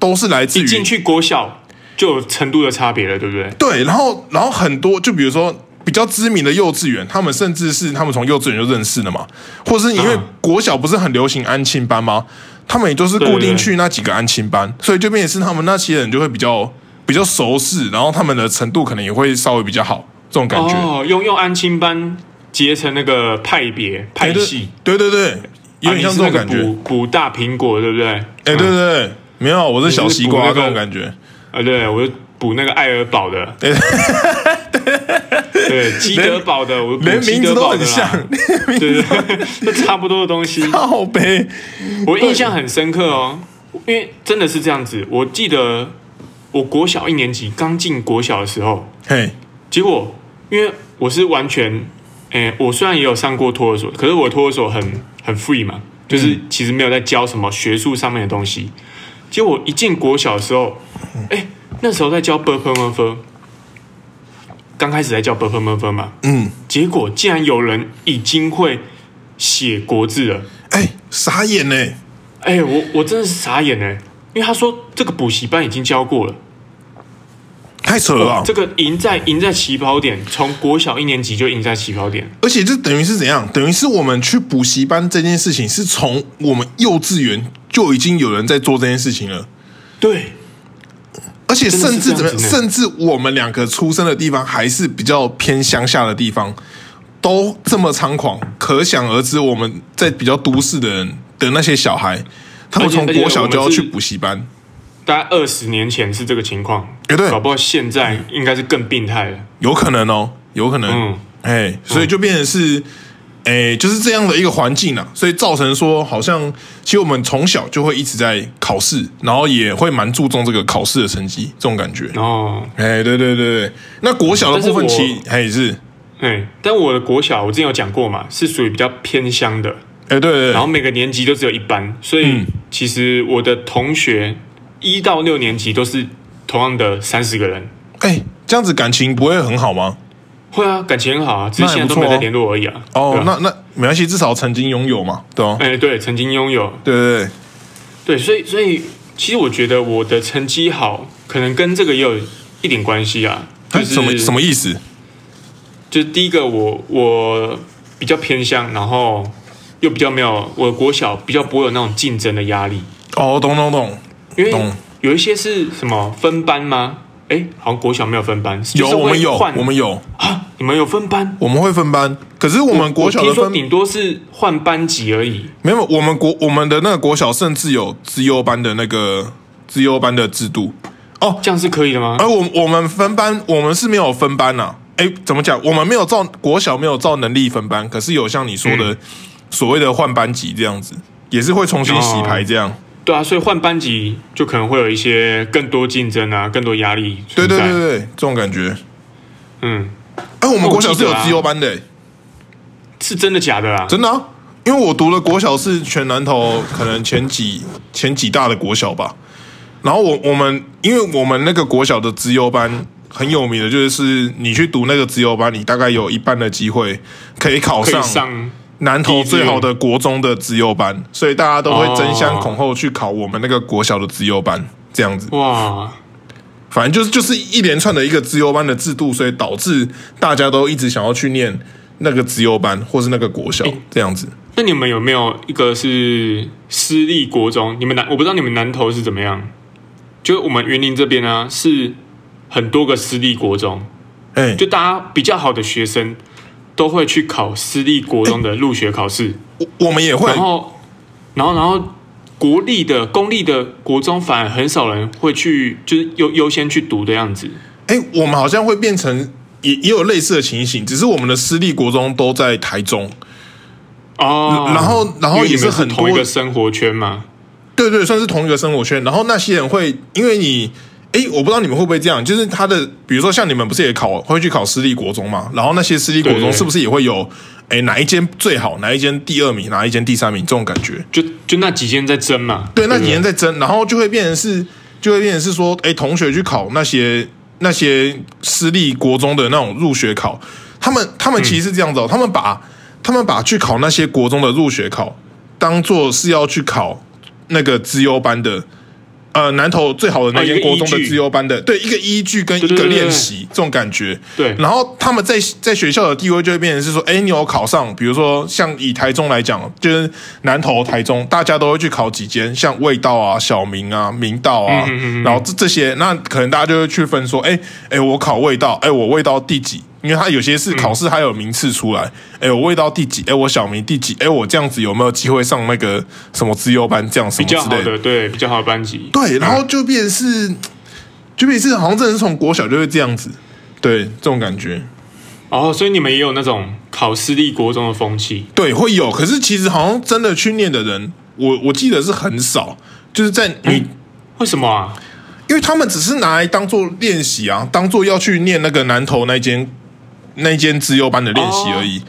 Speaker 1: 都是来自
Speaker 2: 一
Speaker 1: 于
Speaker 2: 进去国小就有程度的差别了，对不对？
Speaker 1: 对，然后然后很多就比如说比较知名的幼稚园，他们甚至是他们从幼稚园就认识了嘛，或是因为
Speaker 2: 嗯
Speaker 1: 国小不是很流行安亲班吗？他们也就是固
Speaker 2: 对对
Speaker 1: 定去那几个安亲班，所以就变成是他们那些人就会比较比较熟识，然后他们的程度可能也会稍微比较好，这种感觉。
Speaker 2: 哦，用用安亲班结成那个派别派系，
Speaker 1: 哎对对对，有点像这种感觉
Speaker 2: 啊你。是那个补补大苹果，对不对？
Speaker 1: 哎、对对对，没有，我是小西瓜这种感觉。
Speaker 2: 啊，对，我就补那个爱尔堡的，
Speaker 1: 哎
Speaker 2: 对，基德堡的，我补
Speaker 1: 连
Speaker 2: 基
Speaker 1: 名字
Speaker 2: 德
Speaker 1: 都
Speaker 2: 堡的
Speaker 1: 很像
Speaker 2: 啦，，对对，对 都差不多的东西。
Speaker 1: 靠背。
Speaker 2: 我印象很深刻哦，因为真的是这样子。我记得我国小一年级刚进国小的时候，
Speaker 1: 嘿，
Speaker 2: 结果因为我是完全，诶，我虽然也有上过托儿所，可是我托儿所很很 free 嘛，就是其实没有在教什么学术上面的东西。结果我一进国小的时候，诶，那时候在教 b u r p l e m u f e 刚开始在教 b u r p l e m u f e 嘛，
Speaker 1: 嗯，
Speaker 2: 结果竟然有人已经会写国字了。
Speaker 1: 哎、傻眼呢、
Speaker 2: 哎、我欸我真的是傻眼哎、因为他说这个补习班已经教过了，
Speaker 1: 他太扯了吧？
Speaker 2: 这个赢在赢在起跑点，从国小一年级就赢在起跑点。
Speaker 1: 而且这等于是怎样？等于是我们去补习班这件事情，是从我们幼稚园就已经有人在做这件事情了，
Speaker 2: 对，
Speaker 1: 而且甚至
Speaker 2: 真的
Speaker 1: 怎
Speaker 2: 是这
Speaker 1: 么样？
Speaker 2: 样子呢
Speaker 1: 甚至我们两个出生的地方还是比较偏乡下的地方，都这么猖狂，可想而知，我们在比较都市的人的那些小孩，他们
Speaker 2: 而且
Speaker 1: 从
Speaker 2: 而且
Speaker 1: 国小就
Speaker 2: 我
Speaker 1: 要
Speaker 2: 们是
Speaker 1: 去补习班。
Speaker 2: 大概二十年前是这个情况，
Speaker 1: 哎对嗯
Speaker 2: 搞不好现在应该是更病态了。
Speaker 1: 有可能哦，有可能，
Speaker 2: 嗯
Speaker 1: 哎、所以就变成是，哎、就是这样的一个环境啊，所以造成说，好像其实我们从小就会一直在考试，然后也会蛮注重这个考试的成绩，这种感觉。
Speaker 2: 然后，
Speaker 1: 哎、对对对对，那国小的部分
Speaker 2: 但是我
Speaker 1: 其哎是，
Speaker 2: 哎，但我的国小我之前有讲过嘛，是属于比较偏乡的，
Speaker 1: 哎、对对
Speaker 2: 然后
Speaker 1: 对，
Speaker 2: 每个年级都只有一班，所以
Speaker 1: 嗯
Speaker 2: 其实我的同学一到六年级都是同样的三十个人。
Speaker 1: 哎、这样子感情不会很好吗？
Speaker 2: 会啊，感情很好啊，只是
Speaker 1: 那也
Speaker 2: 现
Speaker 1: 不
Speaker 2: 在
Speaker 1: 错
Speaker 2: 都没在
Speaker 1: 哦
Speaker 2: 联络而已啊。
Speaker 1: 哦
Speaker 2: 对，啊
Speaker 1: 那那没关系，至少曾经拥有嘛，对吧、
Speaker 2: 哎、对，曾经拥有，
Speaker 1: 对对对，
Speaker 2: 对，所以所以其实我觉得我的成绩好，可能跟这个也有一点关系啊。就
Speaker 1: 哎
Speaker 2: 是
Speaker 1: 什么什么意思？
Speaker 2: 就是第一个我我比较偏向，然后又比较没有我的国小比较不会有那种竞争的压力，
Speaker 1: 哦，懂懂懂，
Speaker 2: 因为
Speaker 1: 懂
Speaker 2: 有一些是什么分班吗？哎，好像国小没有分班，
Speaker 1: 有
Speaker 2: 就是会
Speaker 1: 我们有
Speaker 2: 换
Speaker 1: 我们有
Speaker 2: 啊，你们有分班？
Speaker 1: 我们会分班，可是我们国小
Speaker 2: 我
Speaker 1: 的
Speaker 2: 听说
Speaker 1: 分
Speaker 2: 顶多是换班级而已。
Speaker 1: 没有，我们国我们的那个国小甚至有资优班的那个资优班的制度，
Speaker 2: 这样是可以的吗？
Speaker 1: 而我我们分班，我们是没有分班呐、啊。哎，怎么讲？我们没有照国小没有照能力分班，可是有像你说
Speaker 2: 嗯
Speaker 1: 的、所谓的换班级这样子，也是会重新洗牌这样。
Speaker 2: 对啊，所以换班级就可能会有一些更多竞争啊，更多压力
Speaker 1: 对
Speaker 2: 存在。
Speaker 1: 对对对，这种感觉。
Speaker 2: 嗯，
Speaker 1: 哎，我们
Speaker 2: 哦
Speaker 1: 国小是有
Speaker 2: 我记得啊
Speaker 1: 资优班的、哎
Speaker 2: 是真的假的啊？
Speaker 1: 真的、啊，因为我读的国小是全南投可能前几 前几大的国小吧。然后我我们因为我们那个国小的资优班很有名的，就是你去读那个资优班，你大概有一半的机会可以考
Speaker 2: 可以
Speaker 1: 上
Speaker 2: 上
Speaker 1: 南
Speaker 2: 第
Speaker 1: 投
Speaker 2: 一志
Speaker 1: 最
Speaker 2: 愿
Speaker 1: 好的国中的资优班，所以大家都会争相
Speaker 2: 哦
Speaker 1: 恐后去考我们那个国小的资优班。这样子，
Speaker 2: 哇！
Speaker 1: 反正就是就是一连串的一个资优班的制度，所以导致大家都一直想要去念那个资优班或是那个国小这样子。
Speaker 2: 那你们有没有一个是私立国中？你们南我不知道你们南投是怎么样，就我们云林这边呢、是很多个私立国中，
Speaker 1: 哎、
Speaker 2: 就大家比较好的学生都会去考私立国中的入学考试，
Speaker 1: 我我们也会
Speaker 2: 然后，然后，然后。国立的、公立的国中反而很少人会去，就是优优先去读的样子。
Speaker 1: 哎、我们好像会变成也也有类似的情形，只是我们的私立国中都在台中。
Speaker 2: 哦，
Speaker 1: 然后然后
Speaker 2: 因为
Speaker 1: 也
Speaker 2: 你
Speaker 1: 是
Speaker 2: 们是
Speaker 1: 很多
Speaker 2: 同一个生活圈嘛，
Speaker 1: 对对，算是同一个生活圈。然后那些人会，因为你，诶，我不知道你们会不会这样，就是他的，比如说像你们不是也考会去考私立国中嘛？然后那些私立国
Speaker 2: 对
Speaker 1: 中
Speaker 2: 对
Speaker 1: 是不是也会有，诶，哪一间最好，哪一间第二名，哪一间第三名这种感觉？
Speaker 2: 就就那几间在争嘛。
Speaker 1: 对，那
Speaker 2: 不
Speaker 1: 几年在争，然后就会变成是，就会变成是说，哎，同学去考那些那些私立国中的那种入学考，他们他们其实是这样子、哦，他们把他们把去考那些国中的入学考，当做是要去考那个资优班的。呃，南投最好的那
Speaker 2: 哦
Speaker 1: 间
Speaker 2: 一个
Speaker 1: 国中的
Speaker 2: 依据
Speaker 1: 资优班的，对一个依据跟一
Speaker 2: 对对
Speaker 1: 个
Speaker 2: 对对
Speaker 1: 练
Speaker 2: 对
Speaker 1: 习这种感觉，
Speaker 2: 对
Speaker 1: 然后他们在在学校的地位就会变成是说，哎，你有考上，比如说像以台中来讲，就是南投、台中，大家都会去考几间，像味道啊、小明啊、明道啊，
Speaker 2: 嗯
Speaker 1: 然后这这些，那可能大家就会去分说，哎哎，我考味道，哎，我味道第几？因为他有些是考试还有名次出
Speaker 2: 嗯
Speaker 1: 来，哎、我味道第几？哎，我小明第几？哎，我这样子有没有机会上那个什么资优班这样什
Speaker 2: 比
Speaker 1: 么之
Speaker 2: 较好
Speaker 1: 类
Speaker 2: 的，对，比较好的班级。
Speaker 1: 对，然后就变成是，就变成是好像真的是从国小就会这样子，对，这种感觉。
Speaker 2: 哦，所以你们也有那种考私立国中的风气。
Speaker 1: 对，会有。可是其实好像真的去念的人，我我记得是很少，就是在你，
Speaker 2: 为什么啊？
Speaker 1: 因为他们只是拿来当做练习啊，当做要去念那个南投那间那间资优班的练习而已。
Speaker 2: 哦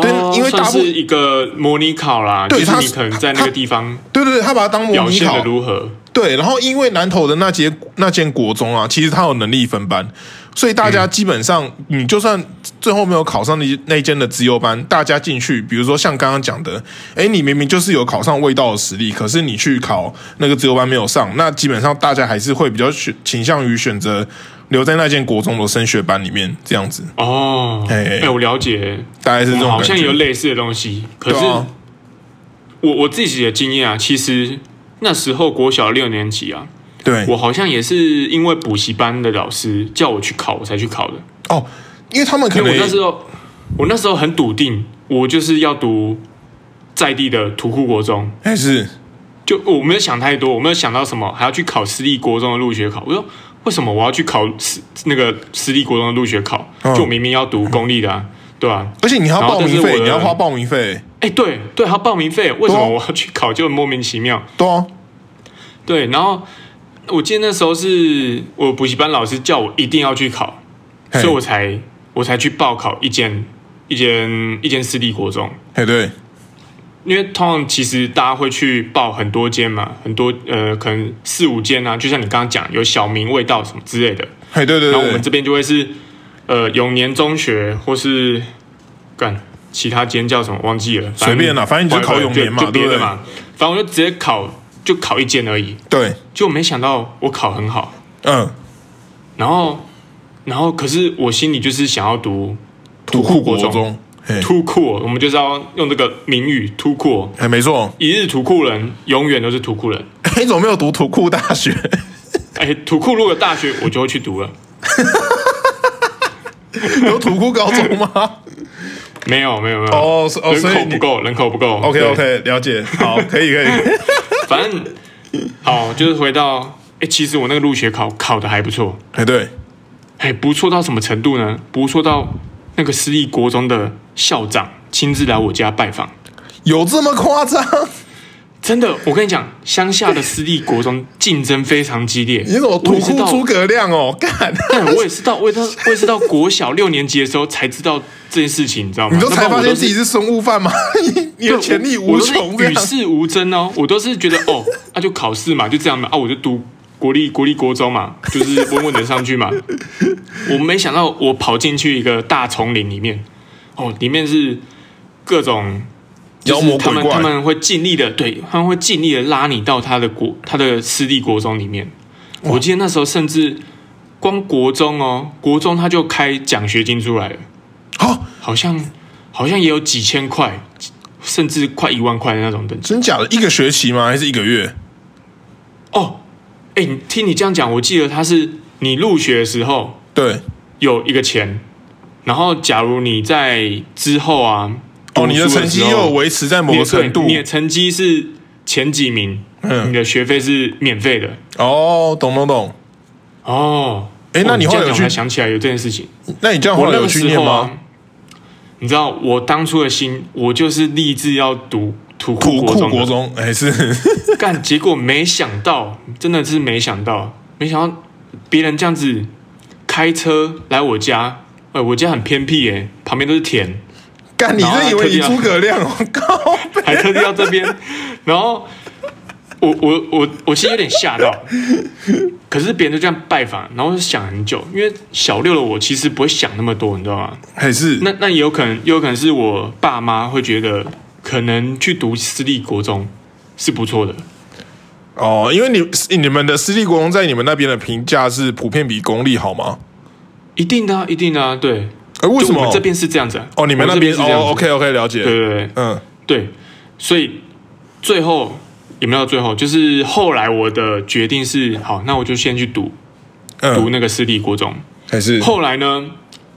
Speaker 1: 对因为大
Speaker 2: 算
Speaker 1: 部
Speaker 2: 是一个模拟考啦，就
Speaker 1: 对
Speaker 2: 是
Speaker 1: 它
Speaker 2: 你可能在那个地方
Speaker 1: 对对对，他把它当模
Speaker 2: 表
Speaker 1: 拟
Speaker 2: 现
Speaker 1: 考啊
Speaker 2: 的，如何。
Speaker 1: 对，然后因为南投的那间那间国中啊，其实它有能力分班，所以大家基本上、你就算最后没有考上那那间的资优班，大家进去，比如说像刚刚讲的，哎，你明明就是有考上味道的实力，可是你去考那个资优班没有上，那基本上大家还是会比较选倾向于选择留在那间国中的升学班里面这样子，
Speaker 2: 哦，
Speaker 1: 哎
Speaker 2: 哎、我了解，
Speaker 1: 大概是这种
Speaker 2: 好
Speaker 1: 感
Speaker 2: 像有
Speaker 1: 觉。
Speaker 2: 类似的东西，可
Speaker 1: 对
Speaker 2: 是
Speaker 1: 啊，
Speaker 2: 我我自己的经验啊，其实那时候国小六年级啊，
Speaker 1: 对，
Speaker 2: 我好像也是因为补习班的老师叫我去考，我才去考的。
Speaker 1: 哦，因为他们可
Speaker 2: 因为
Speaker 1: 能
Speaker 2: 我那时候，我那时候很笃定，我就是要读在地的土库国中。
Speaker 1: 还是
Speaker 2: 就我没有想太多，我没有想到什么还要去考私立国中的入学考。我说为什么我要去考私那个私立国中的入学考？
Speaker 1: 嗯
Speaker 2: 就我明明要读公立的、啊，对吧、啊？
Speaker 1: 而且你还要
Speaker 2: 然后
Speaker 1: 报
Speaker 2: 但是
Speaker 1: 名费，
Speaker 2: 我的
Speaker 1: 你要花报名费，
Speaker 2: 哎，对对，还有报名费，为什
Speaker 1: 对啊
Speaker 2: 么我要去考？就很莫名其妙。
Speaker 1: 对啊，
Speaker 2: 对，然后我记得那时候是我补习班老师叫我一定要去考，
Speaker 1: 嘿
Speaker 2: 所以我才我才去报考一间一间一间私立国中。
Speaker 1: 嘿对，
Speaker 2: 因为通常其实大家会去报很多间嘛，很多呃可能四五间啊，就像你刚刚讲有小明味道什么之类的，
Speaker 1: 嘿对对
Speaker 2: 然后我们
Speaker 1: 对
Speaker 2: 这边就会是呃永年中学或是干其他间叫什么忘记了，反正
Speaker 1: 随便啦反正你就考永年嘛
Speaker 2: 就就别
Speaker 1: 对
Speaker 2: 的
Speaker 1: 不对
Speaker 2: 嘛，反正我就直接考就考一间而已，
Speaker 1: 对，
Speaker 2: 就没想到我考很好，
Speaker 1: 嗯，
Speaker 2: 然后然后可是我心里就是想要读
Speaker 1: 土库国
Speaker 2: 国中，
Speaker 1: 中，嘿，
Speaker 2: 突酷，我们就是要用这个名语突酷。
Speaker 1: 嘿没错，
Speaker 2: 一日土库人，永远都是土库人。
Speaker 1: 你怎么没有读土库大学？
Speaker 2: 哎，土库如果有大学，我就会去读了。
Speaker 1: 有土库高中 吗？
Speaker 2: 没有，没有，没有。
Speaker 1: 哦是哦
Speaker 2: 人
Speaker 1: 所以
Speaker 2: 口
Speaker 1: 你
Speaker 2: 不够，人口不够。
Speaker 1: OK
Speaker 2: 对
Speaker 1: OK，了解，好，可以可以，
Speaker 2: 反正好，就是回到哎，其实我那个入学考考的还不错，
Speaker 1: 哎对，
Speaker 2: 哎，不错到什么程度呢？不错到那个私立国中的校长亲自来我家拜访。
Speaker 1: 有这么夸张？
Speaker 2: 真的，我跟你讲，乡下的私立国中竞争非常激烈。
Speaker 1: 你怎么
Speaker 2: 我
Speaker 1: 土
Speaker 2: 也是
Speaker 1: 库
Speaker 2: 到
Speaker 1: 诸葛亮 哦？干，
Speaker 2: 但我也是到，我也到，我也是到国小六年级的时候才知道这件事情，你知道吗？
Speaker 1: 你都
Speaker 2: 那
Speaker 1: 才
Speaker 2: 不然
Speaker 1: 发
Speaker 2: 我
Speaker 1: 现
Speaker 2: 都
Speaker 1: 自
Speaker 2: 是
Speaker 1: 己是生物犯 吗？你你的
Speaker 2: 对
Speaker 1: 潜力
Speaker 2: 我
Speaker 1: 无
Speaker 2: 我都是
Speaker 1: 穷，这
Speaker 2: 与
Speaker 1: 样
Speaker 2: 世无争哦。我都是觉得哦，那、就考试嘛，就这样嘛，啊，我就读国立国立国中嘛，就是稳稳的上 去嘛。我没想到我跑进去一个大丛林里面，哦，里面是各种。就
Speaker 1: 妖魔
Speaker 2: 是他
Speaker 1: 鬼
Speaker 2: 们他
Speaker 1: 怪，
Speaker 2: 们会尽力的，对，他们会尽力的拉你到他的国他的私立国中里面。我记得那时候甚至光国中哦，国中他就开奖学金出来了。
Speaker 1: 好，
Speaker 2: 好像好像也有几千块，甚至快一万块的那种等级。
Speaker 1: 真假的？一个学期吗？还是一个月？
Speaker 2: 哦，哎，你听你这样讲，我记得他是你入学的时候
Speaker 1: 对，
Speaker 2: 有一个钱，然后假如你在之后啊，
Speaker 1: 哦，你的
Speaker 2: 读书
Speaker 1: 成绩
Speaker 2: 时候
Speaker 1: 又有维持在某
Speaker 2: 你
Speaker 1: 个
Speaker 2: 的对
Speaker 1: 程度
Speaker 2: 你，的成绩是前几名，
Speaker 1: 嗯
Speaker 2: 你的学费是免费的。
Speaker 1: 哦，懂懂懂。
Speaker 2: 哦，
Speaker 1: 哎，那
Speaker 2: 哦
Speaker 1: 你后
Speaker 2: 这
Speaker 1: 来
Speaker 2: 样
Speaker 1: 有
Speaker 2: 讲我才
Speaker 1: 去？
Speaker 2: 想起来有这件事情。
Speaker 1: 那你这样后
Speaker 2: 我
Speaker 1: 来
Speaker 2: 那
Speaker 1: 有
Speaker 2: 个
Speaker 1: 去
Speaker 2: 时
Speaker 1: 念
Speaker 2: 候啊
Speaker 1: 吗？，
Speaker 2: 你知道我当初的心，我就是立志要读土库
Speaker 1: 土
Speaker 2: 国
Speaker 1: 库
Speaker 2: 中
Speaker 1: 国
Speaker 2: 的。
Speaker 1: 中，哎，是
Speaker 2: 干，结果没想到，真的是没想到，没想到别人这样子开车来我家，哎、我家很偏僻耶、旁边都是田，
Speaker 1: 干，你
Speaker 2: 然后
Speaker 1: 是
Speaker 2: 还
Speaker 1: 以为
Speaker 2: 特
Speaker 1: 你
Speaker 2: 地要
Speaker 1: 诸 葛亮？我靠！
Speaker 2: 还特地到这边，然后我我我我其实有点吓到，可是别人就这样拜访，然后就想很久，因为小六的我其实不会想那么多，你知道吗？
Speaker 1: 还是
Speaker 2: 那那也有可能，也有可能是我爸妈会觉得，可能去读私立国中是不错的，
Speaker 1: 哦，因为你你们的私立国中在你们那边的评价是普遍比公立好吗？
Speaker 2: 一定的、啊，一定的、啊，对。
Speaker 1: 哎，为
Speaker 2: 就
Speaker 1: 什
Speaker 2: 我
Speaker 1: 么
Speaker 2: 们？这边是这样子、啊？
Speaker 1: 哦，你们
Speaker 2: 我
Speaker 1: 那
Speaker 2: 这
Speaker 1: 边
Speaker 2: 是这样子
Speaker 1: 哦，OK OK，了解。
Speaker 2: 对对对
Speaker 1: 嗯，
Speaker 2: 对，所以最后也没有最后，就是后来我的决定是，好，那我就先去读读
Speaker 1: 嗯，
Speaker 2: 那个私立国中。
Speaker 1: 还是
Speaker 2: 后来呢，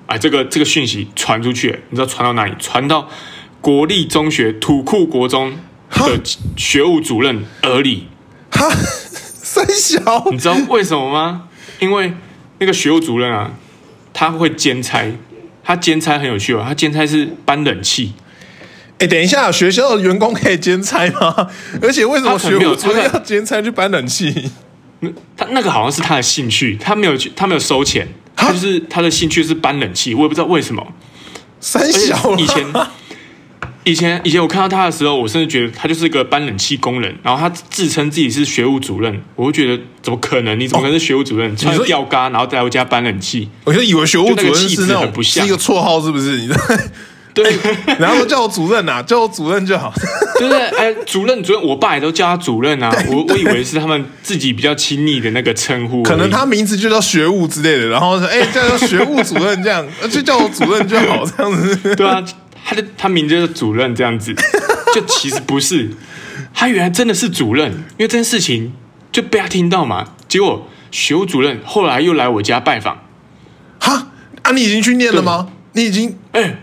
Speaker 2: 哎，这个这个讯息传出去，你知道传到哪里？传到国立中学土库国中的学务主任耳里。
Speaker 1: 哈 三小
Speaker 2: 你知道为什么吗？ 因为那个学务主任啊，他会兼差，他兼差很有趣哦，他兼差是搬冷气。
Speaker 1: 哎，等一下，学校的员工可以兼差吗？ 而且为什么
Speaker 2: 他可
Speaker 1: 学
Speaker 2: 能没有
Speaker 1: 务主任
Speaker 2: 他可
Speaker 1: 要兼差去搬冷气？
Speaker 2: 他那个好像是他的兴趣，他没有去，他没有收钱，
Speaker 1: 哈
Speaker 2: 他就是他的兴趣是搬冷气，我也不知道为什么。
Speaker 1: 三
Speaker 2: 而且
Speaker 1: 小啦
Speaker 2: 以前，以前以前我看到他的时候，我甚至觉得他就是个搬冷气工人，然后他自称自己是学务主任，我会觉得怎么可能？你怎么可能是学务主任？穿
Speaker 1: 你说
Speaker 2: 吊嘎，然后在我家搬冷气？
Speaker 1: 我就以为学务主任是
Speaker 2: 就那个气质
Speaker 1: 那
Speaker 2: 很
Speaker 1: 种
Speaker 2: 不
Speaker 1: 是
Speaker 2: 像
Speaker 1: 一个绰号，是不是？你在
Speaker 2: 对，
Speaker 1: 然后都叫我主任啊，叫我主任就好。
Speaker 2: 就是哎，主任，主任，我爸也都叫他主任啊。我我以为是他们自己比较亲密的那个称呼而已，
Speaker 1: 可能他名字就叫学务之类的，然后说哎、叫叫学务主任这样， 呃就叫我主任就好这样子。
Speaker 2: 对啊，他的他名字就是主任这样子，就其实不是，他原来真的是主任，因为这件事情就被他听到嘛。结果学务主任后来又来我家拜访，
Speaker 1: 哈啊，你已经去念了吗？你已经
Speaker 2: 哎、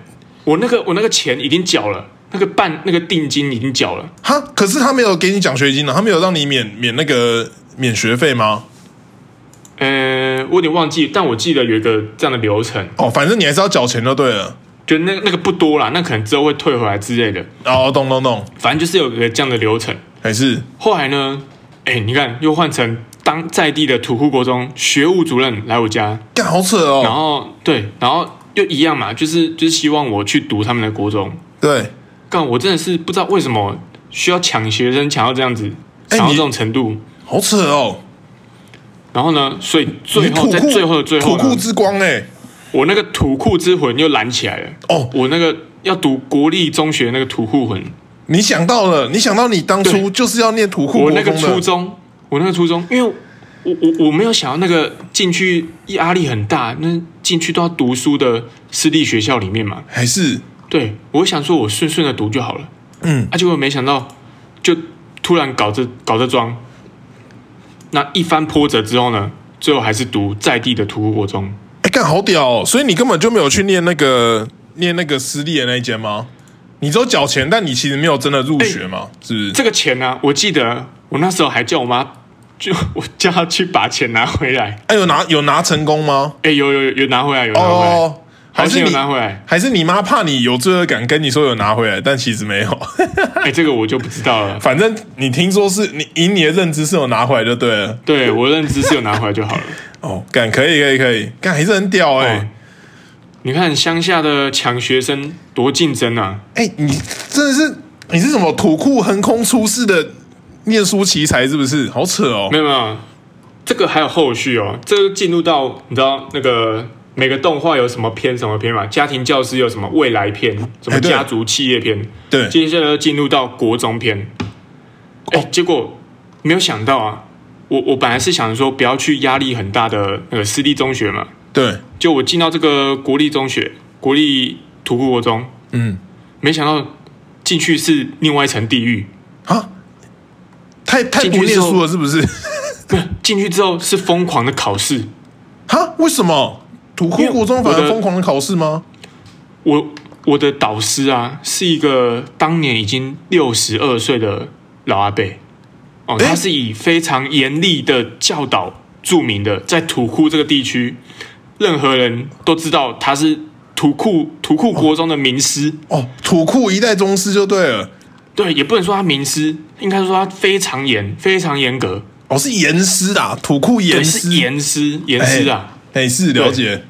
Speaker 2: 我那个我那个钱已经缴了，那个办那个定金已经缴了，
Speaker 1: 哈？可是他没有给你奖学金呢，他没有让你免免那个免学费吗？
Speaker 2: 呃，我有点忘记，但我记得有一个这样的流程，
Speaker 1: 哦，反正你还是要缴钱就对了。
Speaker 2: 就那那个不多啦，那可能之后会退回来之类的，
Speaker 1: 哦，懂懂懂，
Speaker 2: 反正就是有一个这样的流程。
Speaker 1: 还是
Speaker 2: 后来呢，哎、你看又换成当在地的土库国中学务主任来我家，
Speaker 1: 干好扯
Speaker 2: 然
Speaker 1: 哦。
Speaker 2: 后对，然后又一样嘛，就是就是希望我去读他们的国中。
Speaker 1: 对，
Speaker 2: 干，我真的是不知道为什么需要抢学生，抢到这样子，
Speaker 1: 哎
Speaker 2: 抢到
Speaker 1: 你
Speaker 2: 这种程度。
Speaker 1: 好扯哦。
Speaker 2: 然后呢，所以
Speaker 1: 你
Speaker 2: 最后
Speaker 1: 土
Speaker 2: 在
Speaker 1: 库
Speaker 2: 最后的最后
Speaker 1: 土库
Speaker 2: 呢，
Speaker 1: 之光哎、
Speaker 2: 我那个土库之魂又燃起来了。
Speaker 1: 哦
Speaker 2: 我那个要读国立中学那个土库魂，
Speaker 1: 你想到了，你想到你当初
Speaker 2: 对
Speaker 1: 就是要念土库
Speaker 2: 我
Speaker 1: 国
Speaker 2: 那个初
Speaker 1: 中的，
Speaker 2: 中，我那个初中，因为我我我没有想到那个进去压力很大，那进去都要读书的私立学校里面嘛。
Speaker 1: 还是
Speaker 2: 对，我想说我顺顺的读就好了。
Speaker 1: 嗯，
Speaker 2: 啊，结果没想到就突然搞这搞这桩。那一番波折之后呢，最后还是读在地的土库国中。
Speaker 1: 哎，干好屌哦！所以你根本就没有去念那个念那个私立的那一间吗？你只有缴钱，但你其实没有真的入学嘛？是不是？
Speaker 2: 这个钱呢、我记得我那时候还叫我妈，就 我叫她去把钱拿回来。
Speaker 1: 哎，有拿有拿成功吗？
Speaker 2: 哎，有有有有拿回来，有拿回来，
Speaker 1: 哦，还
Speaker 2: 好
Speaker 1: 是
Speaker 2: 险有
Speaker 1: 你
Speaker 2: 拿回来。
Speaker 1: 还是你妈怕你有罪恶感，跟你说有拿回来，但其实没有。
Speaker 2: 哎，这个我就不知道了。
Speaker 1: 反正你听说是你以你的认知是有拿回来就对了。
Speaker 2: 对我认知是有拿回来 就好了。
Speaker 1: 哦，干可以可以可以，干还是很屌哎、
Speaker 2: 哦你看乡下的抢学生多竞争啊！
Speaker 1: 哎、你真的是你是什么土库横空出世的念书奇才是不是？好扯哦
Speaker 2: 没！有没有，这个还有后续哦。这个进入到你知道那个每个动画有什么篇什么篇嘛？家庭教师有什么未来篇，什么
Speaker 1: 哎对
Speaker 2: 家族企业篇。
Speaker 1: 对，哦
Speaker 2: 接下来就进入到国中篇。哎、结果没有想到啊，我我本来是想说不要去压力很大的那个私立中学嘛，
Speaker 1: 对，
Speaker 2: 就我进到这个国立中学，国立土库国中，
Speaker 1: 嗯，
Speaker 2: 没想到进去是另外一层地狱。
Speaker 1: 啊，太太
Speaker 2: 进
Speaker 1: 不
Speaker 2: 去
Speaker 1: 念
Speaker 2: 之后
Speaker 1: 书了是不是？
Speaker 2: 进去之后是疯狂的考试，
Speaker 1: 哈，啊为什么土库
Speaker 2: 因为
Speaker 1: 国中反
Speaker 2: 我
Speaker 1: 而
Speaker 2: 的
Speaker 1: 疯狂的考试吗？
Speaker 2: 我我的导师啊，是一个当年已经六十二岁的老阿伯，哦，
Speaker 1: 诶
Speaker 2: 他是以非常严厉的教导著名的，在土库这个地区，任何人都知道他是土库土库国中的名师，
Speaker 1: 哦，土库一代宗师就对了，
Speaker 2: 对，也不能说他名师，应该说他非常严，非常严格，
Speaker 1: 哦，是严师啊，土库
Speaker 2: 对，
Speaker 1: 严师，
Speaker 2: 是严师，严师啊。
Speaker 1: 哎，是了解，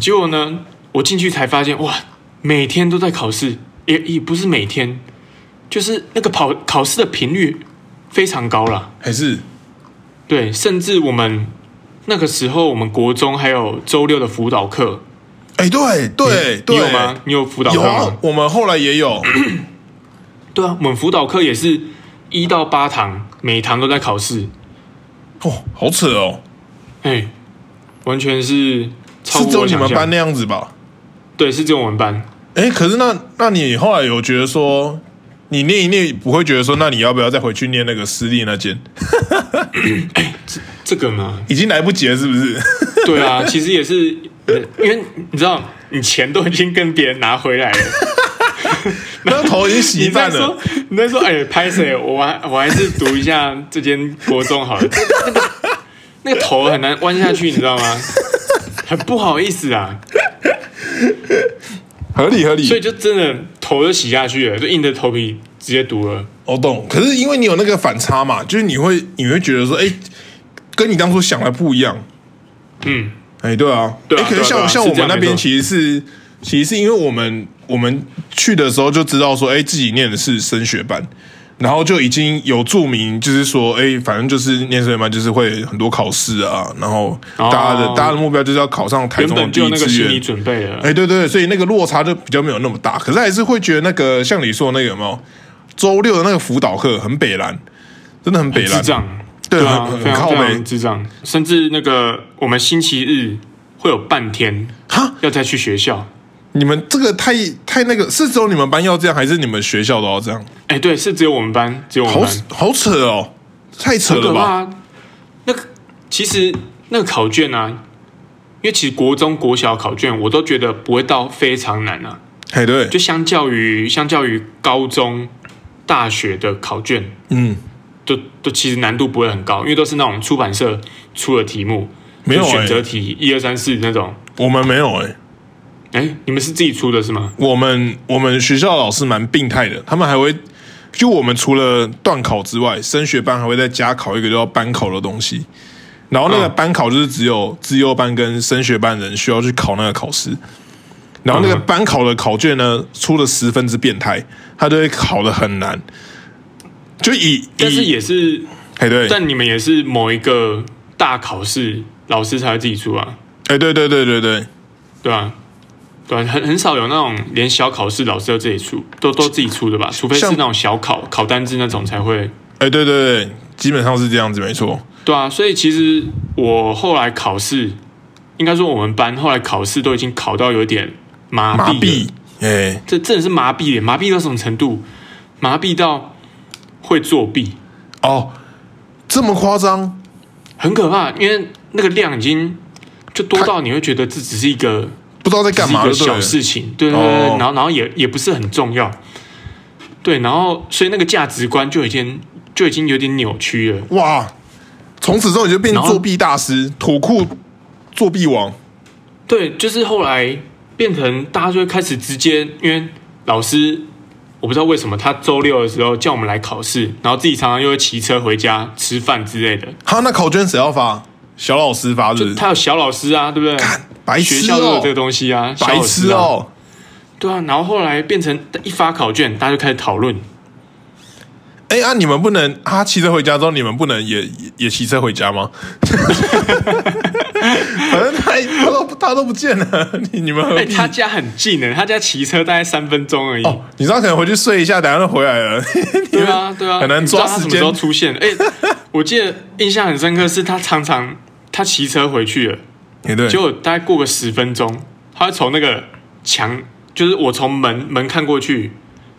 Speaker 2: 结果呢，我进去才发现，哇，每天都在考试，也也不是每天，就是那个跑考试的频率非常高啦。
Speaker 1: 还哎是
Speaker 2: 对，甚至我们那个时候，我们国中还有周六的辅导课，
Speaker 1: 哎，对对
Speaker 2: 你
Speaker 1: 对，
Speaker 2: 有吗？？你有辅导课
Speaker 1: 有啊
Speaker 2: 吗？，
Speaker 1: 我们后来也 有，
Speaker 2: 对啊，我们辅导课也是一到八堂，每堂都在考试，
Speaker 1: 哦，好扯哦，
Speaker 2: 哎，完全是超
Speaker 1: 是只
Speaker 2: 过
Speaker 1: 有
Speaker 2: 我
Speaker 1: 你
Speaker 2: 想
Speaker 1: 们班
Speaker 2: 象。
Speaker 1: 那样子吧？
Speaker 2: 对，是只有我们班。
Speaker 1: 哎，可是那那你后来有觉得说，你念一念不会觉得说，那你要不要再回去念那个私立那间？
Speaker 2: 这个嘛，
Speaker 1: 已经来不及了，是不是？
Speaker 2: 对啊，其实也是，呃因为你知道，你钱都已经跟别人拿回 来了。
Speaker 1: 那头已经洗
Speaker 2: 你
Speaker 1: 一半
Speaker 2: 在
Speaker 1: 了
Speaker 2: 说。，你在说，哎，拍谁？我还我还是读一下这间国中好了。那个那个头很难弯下去，你知道吗？很不好意思啊，
Speaker 1: 合理合理
Speaker 2: 所以就真的头就洗下去了，就硬着头皮直接读了。
Speaker 1: 我懂。可是因为你有那个反差嘛，就是你会你会觉得说，哎、跟你当初想的不一样。
Speaker 2: 嗯，
Speaker 1: 哎、对啊，
Speaker 2: 对啊
Speaker 1: 哎可是
Speaker 2: 对啊
Speaker 1: 像、
Speaker 2: 对啊
Speaker 1: 像
Speaker 2: 是
Speaker 1: 我
Speaker 2: 这
Speaker 1: 们
Speaker 2: 样
Speaker 1: 那边
Speaker 2: 没错
Speaker 1: 其实是其实是因为我们我们去的时候就知道说，哎、自己念的是升学班，然后就已经有注明，就是说，哎，反正就是念社班，就是会很多考试啊，然后大家的、
Speaker 2: 哦
Speaker 1: 大家的目标就是要考上台
Speaker 2: 原
Speaker 1: 中的
Speaker 2: 本
Speaker 1: 第
Speaker 2: 就有
Speaker 1: 一
Speaker 2: 那个
Speaker 1: 志
Speaker 2: 心理
Speaker 1: 愿。
Speaker 2: 准备了。
Speaker 1: 哎，对对，对所以那个落差就比较没有那么大，可是还是会觉得那个像你说的那个有没有周六的那个辅导课很北蓝，真的很北
Speaker 2: 智
Speaker 1: 蓝，
Speaker 2: 障，
Speaker 1: 对
Speaker 2: 啊，
Speaker 1: 很很
Speaker 2: 非常
Speaker 1: 靠
Speaker 2: 非
Speaker 1: 北
Speaker 2: 常智障。甚至那个我们星期日会有半天
Speaker 1: 哈，
Speaker 2: 要再去学校。
Speaker 1: 你们这个太太那个，是只有你们班要这样，还是你们学校都要这样？
Speaker 2: 哎，对，是只有我们班，只有我们
Speaker 1: 好
Speaker 2: 班，
Speaker 1: 好扯哦，太扯
Speaker 2: 很
Speaker 1: 了
Speaker 2: 可怕
Speaker 1: 吧？
Speaker 2: 啊。那个其实那个考卷啊，因为其实国中、国小考卷我都觉得不会到非常难啊，
Speaker 1: 哎，对，
Speaker 2: 就相较于相较于高中、大学的考卷，
Speaker 1: 嗯，
Speaker 2: 都都其实难度不会很高，因为都是那种出版社出的题目，
Speaker 1: 没有
Speaker 2: 啊就
Speaker 1: 哎、
Speaker 2: 选择题一二三四那种。
Speaker 1: 我们没有哎、
Speaker 2: 哎，你们是自己出的是吗？
Speaker 1: 我们我们学校老师蛮病态的，他们还会就我们除了段考之外，升学班还会再加考一个叫班考的东西。然后那个
Speaker 2: 嗯
Speaker 1: 班考就是只有资优班跟升学班人需要去考那个考试。然后那个
Speaker 2: 嗯
Speaker 1: 班考的考卷呢，出了十分之变态，他就会考的很难。就以
Speaker 2: 但是
Speaker 1: 以
Speaker 2: 也是，
Speaker 1: 哎对，
Speaker 2: 但你们也是某一个大考试，老师才会自己出啊，
Speaker 1: 哎对对对对对，
Speaker 2: 对吧、对啊、很很少有那种连小考试老师都自己出，都都自己出的吧？除非是
Speaker 1: 像
Speaker 2: 那种小考考单字那种才会。
Speaker 1: 哎对对对，基本上是这样子，没错。
Speaker 2: 对啊，所以其实我后来考试，应该说我们班后来考试都已经考到有点麻
Speaker 1: 麻
Speaker 2: 痹了
Speaker 1: 痹，哎、
Speaker 2: 这真的是麻痹耶，麻痹到什么程度？麻痹到会作弊，
Speaker 1: 哦，这么夸张？
Speaker 2: 很可怕，因为那个量已经就多到你会觉得这只是一个
Speaker 1: 不知道在
Speaker 2: 只
Speaker 1: 干
Speaker 2: 是一
Speaker 1: 嘛
Speaker 2: 个
Speaker 1: 就对了，
Speaker 2: 小事情，对对对，对
Speaker 1: 哦
Speaker 2: 然后然后也也不是很重要，对，然后所以那个价值观就已经就已经有点扭曲了，
Speaker 1: 哇！从此之后你就变
Speaker 2: 然后
Speaker 1: 作弊大师，土库作弊王。
Speaker 2: 对，就是后来变成大家就会开始直接，因为老师我不知道为什么他周六的时候叫我们来考试，然后自己常常又会骑车回家吃饭之类的，
Speaker 1: 哈，那考卷谁要发？小老师发是不是？
Speaker 2: 他有小老师啊，对不对？
Speaker 1: 呃白
Speaker 2: 学
Speaker 1: 痴
Speaker 2: 校都有
Speaker 1: 哦
Speaker 2: 这、个东西
Speaker 1: 白
Speaker 2: 啊，
Speaker 1: 痴
Speaker 2: 小老师啊，
Speaker 1: 哦、
Speaker 2: 对啊。然后后来变成一发考卷，大家就开始讨论，
Speaker 1: 哎、啊，你们不能啊，骑车回家之后，你们不能也也也骑车回家吗？ 反正他他都他都不见了， 你你们何
Speaker 2: 哎、
Speaker 1: 必？
Speaker 2: 他家很近呢，他家骑车大概三分钟而已。
Speaker 1: 哦，你知道可能回去睡一下，等下就回来了。
Speaker 2: 对啊，对啊，
Speaker 1: 很难
Speaker 2: 你知道
Speaker 1: 抓时
Speaker 2: 他什么时候
Speaker 1: 间
Speaker 2: 出现？哎、 我记得印象很深刻，是他常常他骑车回去了，
Speaker 1: 也对
Speaker 2: 结，果大概过个十分钟，他会从那个墙，就是我从门门看过去，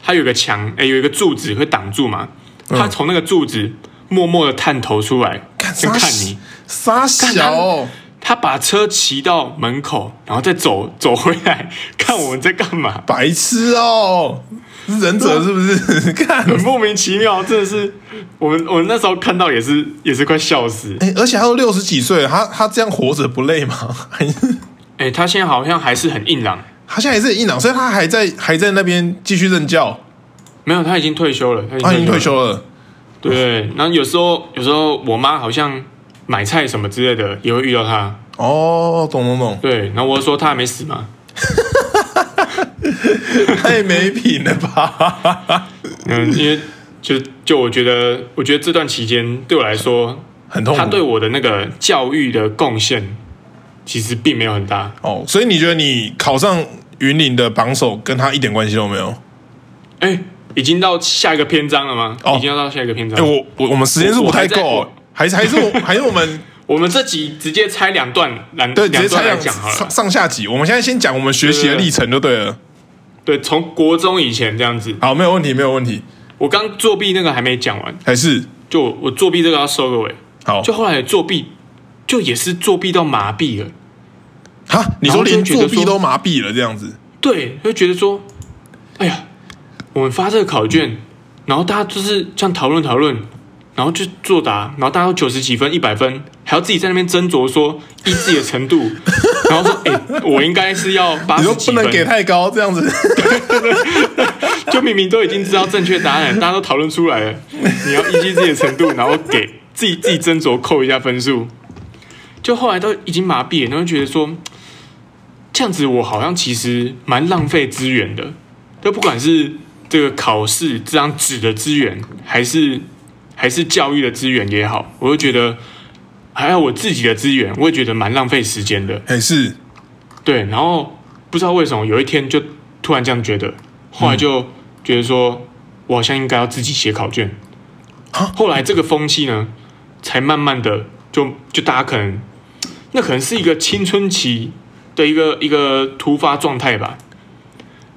Speaker 2: 他有个墙，哎、有一个柱子会挡住嘛，他从那个柱子默默的探头出来，
Speaker 1: 嗯干
Speaker 2: 就
Speaker 1: 啥
Speaker 2: 看你。
Speaker 1: 傻小哦、
Speaker 2: 他把车骑到门口，然后再走 走回来，看我们在干嘛，
Speaker 1: 白痴哦、是忍者是不是？ 看
Speaker 2: 很莫名其妙，真的是我们我们那时候看到也是也是快笑死。
Speaker 1: 哎、而且他都六十几岁了，他他这样活着不累吗？ 还是
Speaker 2: 哎、他现在好像还是很硬朗，
Speaker 1: 他现在也是很硬朗，所以他还在还在那边继续任教，
Speaker 2: 没有，他已经退休了，
Speaker 1: 他
Speaker 2: 他
Speaker 1: 啊已经退
Speaker 2: 了。
Speaker 1: 休了。
Speaker 2: 对，然后有时候有时候我妈好像买菜什么之类的也会遇到他，
Speaker 1: 哦，懂懂懂，
Speaker 2: 对，然后我就说他还没死嘛，
Speaker 1: 太没品了吧？
Speaker 2: 嗯，因为就就我觉得，我觉得这段期间对我来说，
Speaker 1: 很痛苦。
Speaker 2: 他对我的那个教育的贡献其实并没有很大。
Speaker 1: 哦，所以你觉得你考上云林的榜首跟他一点关系都没有？
Speaker 2: 哎、已经到下一个篇章了吗？
Speaker 1: 哦
Speaker 2: 已经要到下一个篇章。
Speaker 1: 哎、我我我们时间是不太够、
Speaker 2: 我
Speaker 1: 哦，还是还是我还是我 们
Speaker 2: 我们这集直接拆两段，两
Speaker 1: 对直
Speaker 2: 两
Speaker 1: 接拆
Speaker 2: 段来
Speaker 1: 两
Speaker 2: 讲好
Speaker 1: 上
Speaker 2: 了。
Speaker 1: 上下集。我们现在先讲我们学习的
Speaker 2: 对对对
Speaker 1: 历程就对了。
Speaker 2: 对，从国中以前这样子，
Speaker 1: 好，没有问题，没有问题，
Speaker 2: 我刚作弊那个还没讲完，
Speaker 1: 还是
Speaker 2: 就我我作弊这个要收个尾。
Speaker 1: 好。
Speaker 2: 就后来作弊，就也是作弊到麻痹了。
Speaker 1: 哈，你
Speaker 2: 然
Speaker 1: 说
Speaker 2: 后就
Speaker 1: 连
Speaker 2: 觉得
Speaker 1: 作弊
Speaker 2: 说
Speaker 1: 都麻痹了这样子？
Speaker 2: 对，就觉得说，哎呀，我们发这个考卷，然后大家就是这样讨论讨论，然后就作答，然后大家都九十几分、一百分，还要自己在那边斟酌说依自己的程度，然后说，哎、我应该是要八
Speaker 1: 你
Speaker 2: 十
Speaker 1: 说
Speaker 2: 几
Speaker 1: 不能给
Speaker 2: 分，
Speaker 1: 太高这样子？
Speaker 2: 就明明都已经知道正确答案，大家都讨论出来了，你要依据自己的程度，然后给自己自己斟酌扣一下分数，就后来都已经麻痹了，然后觉得说，这样子我好像其实蛮浪费资源的，就不管是这个考试这张纸的资源，还是还是教育的资源也好，我就觉得还有我自己的资源，我也觉得蛮浪费时间的。
Speaker 1: 还是
Speaker 2: 对，然后不知道为什么有一天就突然这样觉得，后来就觉得说，我好像应该要自己写考卷
Speaker 1: 啊。
Speaker 2: 后来这个风气呢，才慢慢的就就大家可能，那可能是一个青春期的一个一个突发状态吧。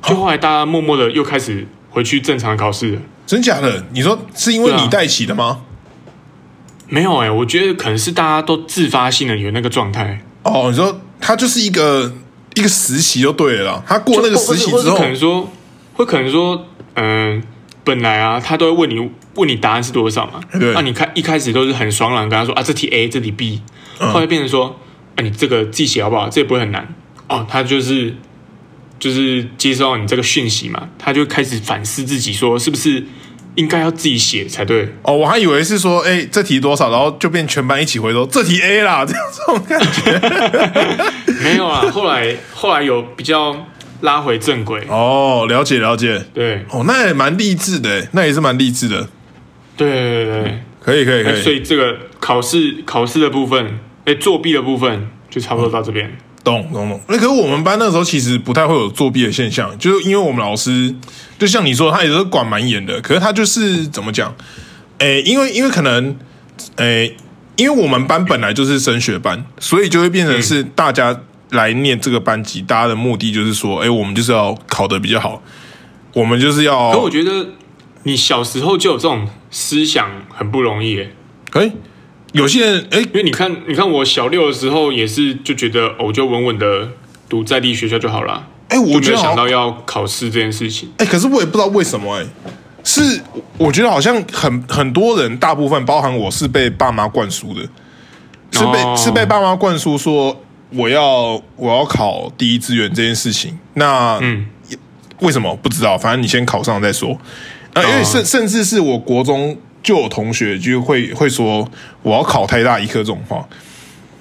Speaker 2: 就后来大家默默的又开始回去正常的考试了。
Speaker 1: 真假的？你说是因为
Speaker 2: 对啊
Speaker 1: 你带起的吗？
Speaker 2: 没有哎、我觉得可能是大家都自发性的有那个状态。
Speaker 1: 哦，你说他就是一个一个实习就对了啦，他过那个实习
Speaker 2: 或
Speaker 1: 之
Speaker 2: 者或者
Speaker 1: 后
Speaker 2: 可，能说，会可能说，嗯、本来啊，他都会问你问你答案是多少嘛，
Speaker 1: 对
Speaker 2: 那、你开一开始都是很爽朗，跟他说啊，这题 A，这题 B，
Speaker 1: 嗯
Speaker 2: 后来变成说，啊，你这个自己写好不好？这也不会很难哦。他就是就是接收到你这个讯息嘛，他就开始反思自己，说是不是应该要自己写才对。
Speaker 1: 哦，我还以为是说，哎，这题多少，然后就变全班一起回头，这题 A 啦，这样这种感觉。
Speaker 2: 没有啊，后来后来有比较拉回正轨，
Speaker 1: 哦，了解了解。
Speaker 2: 对
Speaker 1: 哦，那也蛮励志的，那也是蛮励志的。
Speaker 2: 对对对对。
Speaker 1: 可以可以可
Speaker 2: 哎所
Speaker 1: 以，
Speaker 2: 以这个考试考试的部分，哎，作弊的部分就差不多到这边。
Speaker 1: 懂懂懂。那可是我们班那时候其实不太会有作弊的现象，就是因为我们老师就像你说，他也是管蛮严的，可是他就是怎么讲？诶，因为因为可能，诶，因为我们班本来就是升学班，所以就会
Speaker 2: 嗯
Speaker 1: 变成是大家来念这个班级，大家的目的就是说，诶，我们就是要考得比较好，我们就是要
Speaker 2: 哎可我觉得你小时候就有这种思想很不容易，哎，
Speaker 1: 诶，有些人诶。
Speaker 2: 因为你看，你看我小六的时候也是就觉得，哦我就稳稳的读在地学校就好了，
Speaker 1: 哎、我
Speaker 2: 就
Speaker 1: 觉
Speaker 2: 没有
Speaker 1: 得好像
Speaker 2: 想到要考试这件事情。
Speaker 1: 哎、可是我也不知道为什么哎、是我觉得好像很很多人，大部分包含我是被爸妈灌输的，是被、
Speaker 2: 哦
Speaker 1: 是被爸妈灌输说我要我要考第一志愿这件事情。那
Speaker 2: 嗯，
Speaker 1: 为什么不知道？反正你先考上再说。啊，因为
Speaker 2: 哦
Speaker 1: 甚甚至是我国中就有同学就会会说我要考台大医科这种话。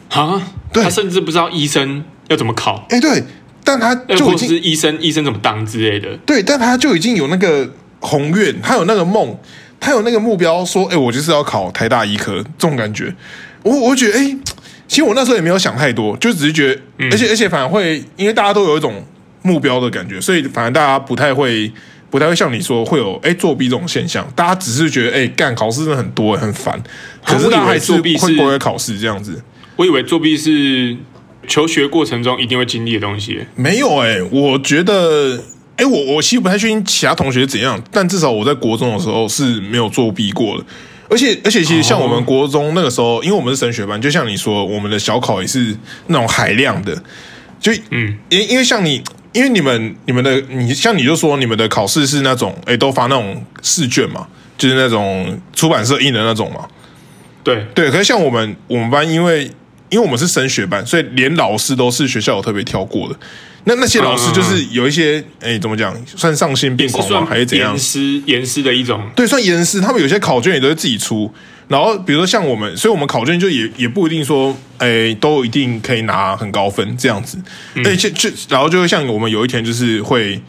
Speaker 2: 啊，
Speaker 1: 对
Speaker 2: 他甚至不知道医生要怎么考，
Speaker 1: 哎、对，但他
Speaker 2: 哎，
Speaker 1: 就
Speaker 2: 或
Speaker 1: 已
Speaker 2: 者
Speaker 1: 经
Speaker 2: 是医生医生怎么当之类的。
Speaker 1: 对，但他就已经有那个宏愿，他有那个梦，他有那个目标，说，哎、我就是要考台大医科，这种感觉。我我觉得，哎、其实我那时候也没有想太多，就只是觉得，
Speaker 2: 嗯
Speaker 1: 而且而且反而会，因为大家都有一种目标的感觉，所以反而大家不太会。不太会像你说会有哎、作弊这种现象，大家只是觉得哎干、考试真的很多很烦，可是
Speaker 2: 我以为
Speaker 1: 大家还是
Speaker 2: 作弊
Speaker 1: 会
Speaker 2: 是
Speaker 1: 不会考试这样子？
Speaker 2: 我以为作弊是求学过程中一定会经历的东西，哎
Speaker 1: 没有哎、我觉得哎、我我其实不太确定其他同学怎样，但至少我在国中的时候是没有作弊过的。而且而且，其实像我们国中那个时候，因为我们是升学班，就像你说，我们的小考也是那种海量的，就
Speaker 2: 嗯，
Speaker 1: 因因为像你，因为你们你们的你像你就说你们的考试是那种哎、都发那种试卷嘛，就是那种出版社印的那种嘛。
Speaker 2: 对，
Speaker 1: 对，可是像我们我们班，因为因为我们是升学班，所以连老师都是学校有特别挑过的。那那些老师就是有一些，哎、怎么讲，算丧心病
Speaker 2: 嗯也是
Speaker 1: 狂吗？
Speaker 2: 算
Speaker 1: 还是怎样
Speaker 2: 严？师严师的一种，
Speaker 1: 对，算严师，他们有些考卷也都是自己出。然后比如说像我们，所以我们考卷就也也不一定说，哎，都一定可以拿很高分这样子。而且就就然后就会像我们有一天就是会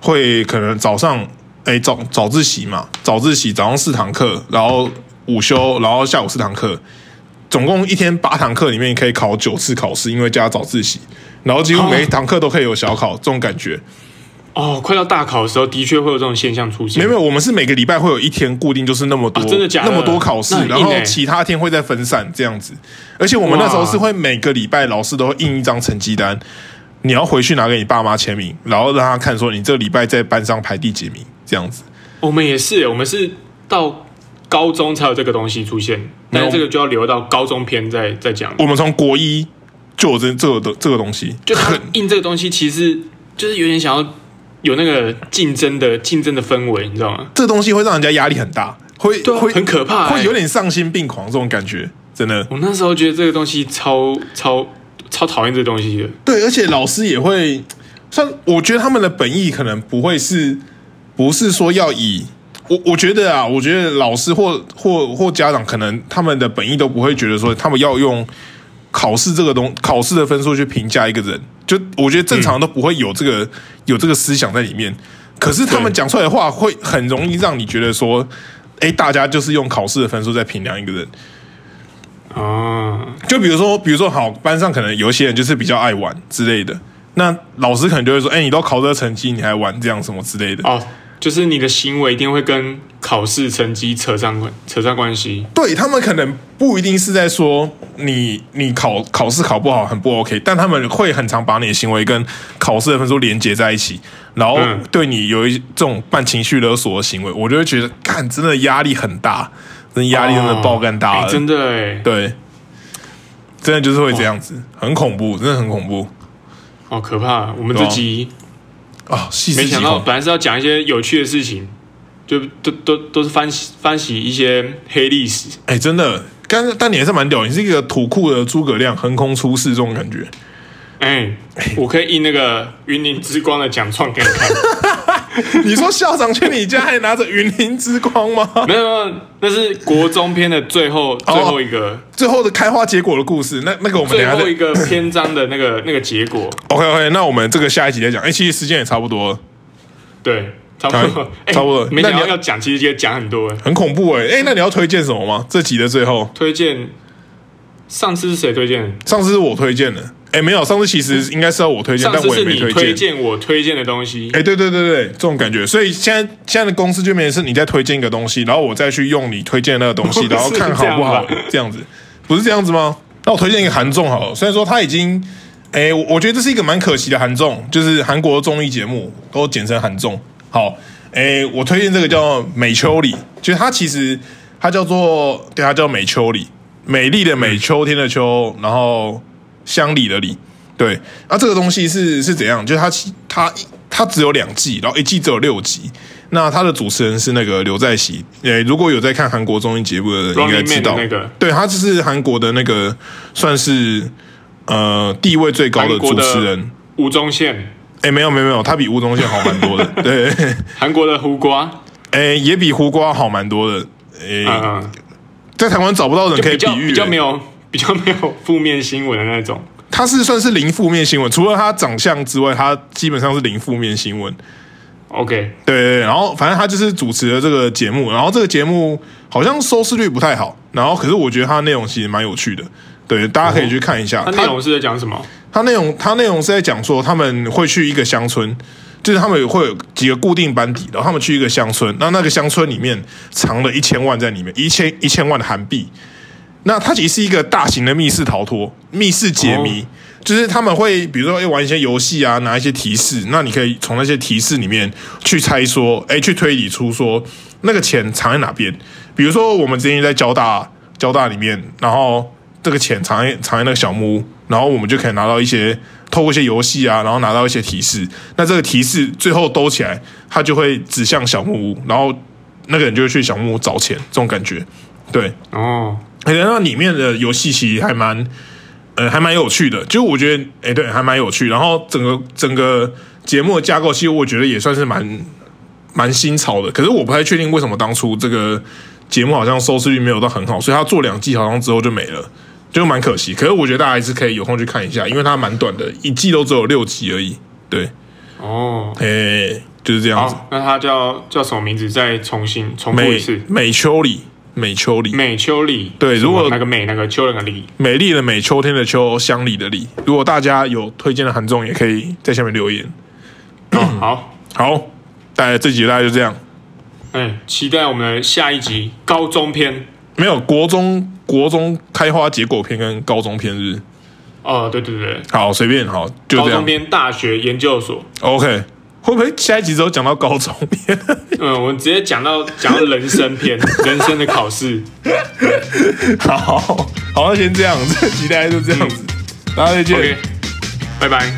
Speaker 1: 会可能早上，哎早早自习嘛，早自习早上四堂课，然后午休，然后下午四堂课，总共一天八堂课里面你可以考九次考试，因为加早自习，然后几乎每一堂课都可以有小考，这种感觉。
Speaker 2: 哦，快到大考的时候，的确会有这种现象出现。
Speaker 1: 没有，没有，我们是每个礼拜会有一天固定，就是那么多、
Speaker 2: 啊真的假的
Speaker 1: 那么多考试
Speaker 2: 那，很
Speaker 1: 然
Speaker 2: 硬
Speaker 1: 后
Speaker 2: 欸
Speaker 1: 其他天会再分散这样子。而且我们那时候是会每个礼拜老师都会印一张成绩单，你要回去拿给你爸妈签名，然后让他看说你这个礼拜在班上排第几名这样子。
Speaker 2: 我们也是，我们是到高中才有这个东西出现，
Speaker 1: 没有
Speaker 2: 但是这个就要留到高中篇再再讲。
Speaker 1: 我们从国一就有这这个这个东西，
Speaker 2: 就他
Speaker 1: 很
Speaker 2: 印这个东西，其实就是有点想要有那个竞争的竞争的氛围，你知道吗？
Speaker 1: 这个东西会让人家压力很大，会、
Speaker 2: 对啊
Speaker 1: 会
Speaker 2: 很可怕欸
Speaker 1: 会有点丧心病狂这种感觉，真的。
Speaker 2: 我那时候觉得这个东西超超超讨厌这个东西的。
Speaker 1: 对，而且老师也会，算我觉得他们的本意可能不会是，不是说要以我我觉得啊，我觉得老师或或或家长可能他们的本意都不会觉得说他们要用考试这个东考试的分数去评价一个人，就我觉得正常都不会有这个、有这个思想在里面。可是他们讲出来的话会很容易让你觉得说，哎，大家就是用考试的分数在评量一个人。
Speaker 2: 啊，
Speaker 1: 就比如说，比如说，好，班上可能有一些人就是比较爱玩之类的，那老师可能就会说，哎，你都考这个成绩，你还玩这样什么之类的。
Speaker 2: 哦，就是你的行为一定会跟考试成绩扯上关扯上关系。
Speaker 1: 对他们可能不一定是在说你你考考试考不好很不 OK，但他们会很常把你的行为跟考试的分数连接在一起，然后
Speaker 2: 嗯
Speaker 1: 对你有一这种半情绪勒索的行为，我就会觉得，干，真的压力很大，真的压力真的爆干大
Speaker 2: 哦
Speaker 1: 了，
Speaker 2: 哎真的哎，
Speaker 1: 对，真的就是会这样子，很恐怖，真的很恐怖
Speaker 2: 好可怕！我们
Speaker 1: 对
Speaker 2: 这
Speaker 1: 啊
Speaker 2: 集
Speaker 1: 啊！细思
Speaker 2: 没
Speaker 1: 极
Speaker 2: 想到，
Speaker 1: 恐，
Speaker 2: 本来是要讲一些有趣的事情，就都都都是翻洗翻洗一些黑历史。
Speaker 1: 哎、真的，但但你还是蛮屌，你是一个土库的诸葛亮，横空出世这种感觉。
Speaker 2: 哎，我可以印那个云林之光的奖状给你 看。
Speaker 1: 你说校长去你家还拿着云林之光吗？
Speaker 2: 没有，没有，那是国中篇的最后最后一个、
Speaker 1: 最后的开花结果的故事，那那哦个我们等一
Speaker 2: 最
Speaker 1: 下再
Speaker 2: 后一个篇章的那个那个结果。
Speaker 1: OK OK，那我们这个下一集再讲。哎、其实时间也差不多了，
Speaker 2: 对，差不多
Speaker 1: 好，差不多
Speaker 2: 哎没想
Speaker 1: 那
Speaker 2: 到
Speaker 1: 你
Speaker 2: 要讲，其实也讲很多。哎
Speaker 1: 很恐怖哎、哎、那你要推荐什么吗？这集的最后，
Speaker 2: 推荐上次是谁推荐？
Speaker 1: 上次是我推荐的，哎、没有，上次其实应该是要我推荐，
Speaker 2: 上
Speaker 1: 但
Speaker 2: 次
Speaker 1: 我也
Speaker 2: 是
Speaker 1: 没
Speaker 2: 你
Speaker 1: 荐
Speaker 2: 推。荐我推荐的东西。
Speaker 1: 哎、对对对对，这种感觉。所以现在现在的公司就变成是你在推荐一个东西，然后我再去用你推荐的那个东 西，
Speaker 2: 不是
Speaker 1: 然后看好不好
Speaker 2: 这样吧
Speaker 1: 这样子，不是这样子吗？那我推荐一个韩综好了，虽然说他已经，哎、我我觉得这是一个蛮可惜的韩综，就是韩国综艺节目都简称韩综。好，哎、我推荐这个叫美秋里，就是它其实它叫做对，它叫美秋里，美丽的
Speaker 2: 嗯
Speaker 1: 美，秋天的秋，然后乡里的里。对，那、这个东西是是怎样？就是它其它它只有两季，然后一季只有六集。那它的主持人是那个刘在熙，呃，如果有在看韩国综艺节目的人应该
Speaker 2: Running Man
Speaker 1: 知道，
Speaker 2: 的那个
Speaker 1: 对他就是韩国的那个算是呃地位最高的
Speaker 2: 韩国
Speaker 1: 主
Speaker 2: 的
Speaker 1: 持人。
Speaker 2: 吴宗宪，
Speaker 1: 哎，没有没有没有，他比吴宗宪好蛮 多的，对，
Speaker 2: 韩国的胡瓜，
Speaker 1: 哎，也比胡瓜好蛮多的。哎，
Speaker 2: 嗯，
Speaker 1: 在台湾找不到人
Speaker 2: 就
Speaker 1: 可以
Speaker 2: 比较
Speaker 1: 比喻，欸
Speaker 2: 比较
Speaker 1: 诶
Speaker 2: 没有 比较没有负面新闻的那种。
Speaker 1: 他是算是零负面新闻，除了他长相之外，他基本上是零负面新闻。
Speaker 2: OK，
Speaker 1: 对对对，然后反正他就是主持了这个节目，然后这个节目好像收视率不太好，然后可是我觉得它的内容其实蛮有趣的，对，大家可以去看一下。
Speaker 2: 那内容是在讲什么？
Speaker 1: 它内容它内容是在讲说他们会去一个乡村，就是他们有会有几个固定班底，然后他们去一个乡村，那那个乡村里面藏了一千万在里面，一千一千万的韩币。那它其实是一个大型的密室逃脱、密室解谜，就是他们会比如说哎玩一些游戏啊，拿一些提示，那你可以从那些提示里面去猜说，哎去推理出说那个钱藏在哪边。比如说我们之前在交大交大里面，然后这个钱藏在藏在那个小木屋，然后我们就可以拿到一些透过一些游戏啊，然后拿到一些提示。那这个提示最后兜起来，它就会指向小木屋，然后那个人就会去小木屋找钱，这种感觉，对。
Speaker 2: 哦，
Speaker 1: 而且那里面的游戏其实还蛮，呃，还蛮有趣的。就我觉得，哎、对，还蛮有趣。然后整个整个节目的架构，其实我觉得也算是蛮蛮新潮的。可是我不太确定为什么当初这个节目好像收视率没有到很好，所以他做两季好像之后就没了，就蛮可惜。可是我觉得大家还是可以有空去看一下，因为它蛮短的，一季都只有六集而已。对，
Speaker 2: 哦，
Speaker 1: 哎、就是这样子。
Speaker 2: 好，那它叫叫什么名字？再重新重复一
Speaker 1: 美
Speaker 2: 次。
Speaker 1: 美秋里，美秋里，
Speaker 2: 美秋里，
Speaker 1: 对如果
Speaker 2: 什么那个美那个秋那个里，
Speaker 1: 美丽的美，秋天的秋，乡里的里。如果大家有推荐的韩综，也可以在下面留言。嗯
Speaker 2: 哦，好，
Speaker 1: 好，大家这集大概就这样。
Speaker 2: 哎，期待我们的下一集高中篇。
Speaker 1: 没有国中国中开花结果篇跟高中篇日，
Speaker 2: 哦，对对对，
Speaker 1: 好随便好就
Speaker 2: 高
Speaker 1: 这
Speaker 2: 中
Speaker 1: 样。
Speaker 2: 篇大学研究所，
Speaker 1: OK，会不会下一集之后讲到高中篇？
Speaker 2: 嗯，我们直接讲到讲到人生 篇，人生的考试。嗯
Speaker 1: 好好，那先这样，这集大概就这样子，大家再见。
Speaker 2: OK，拜拜。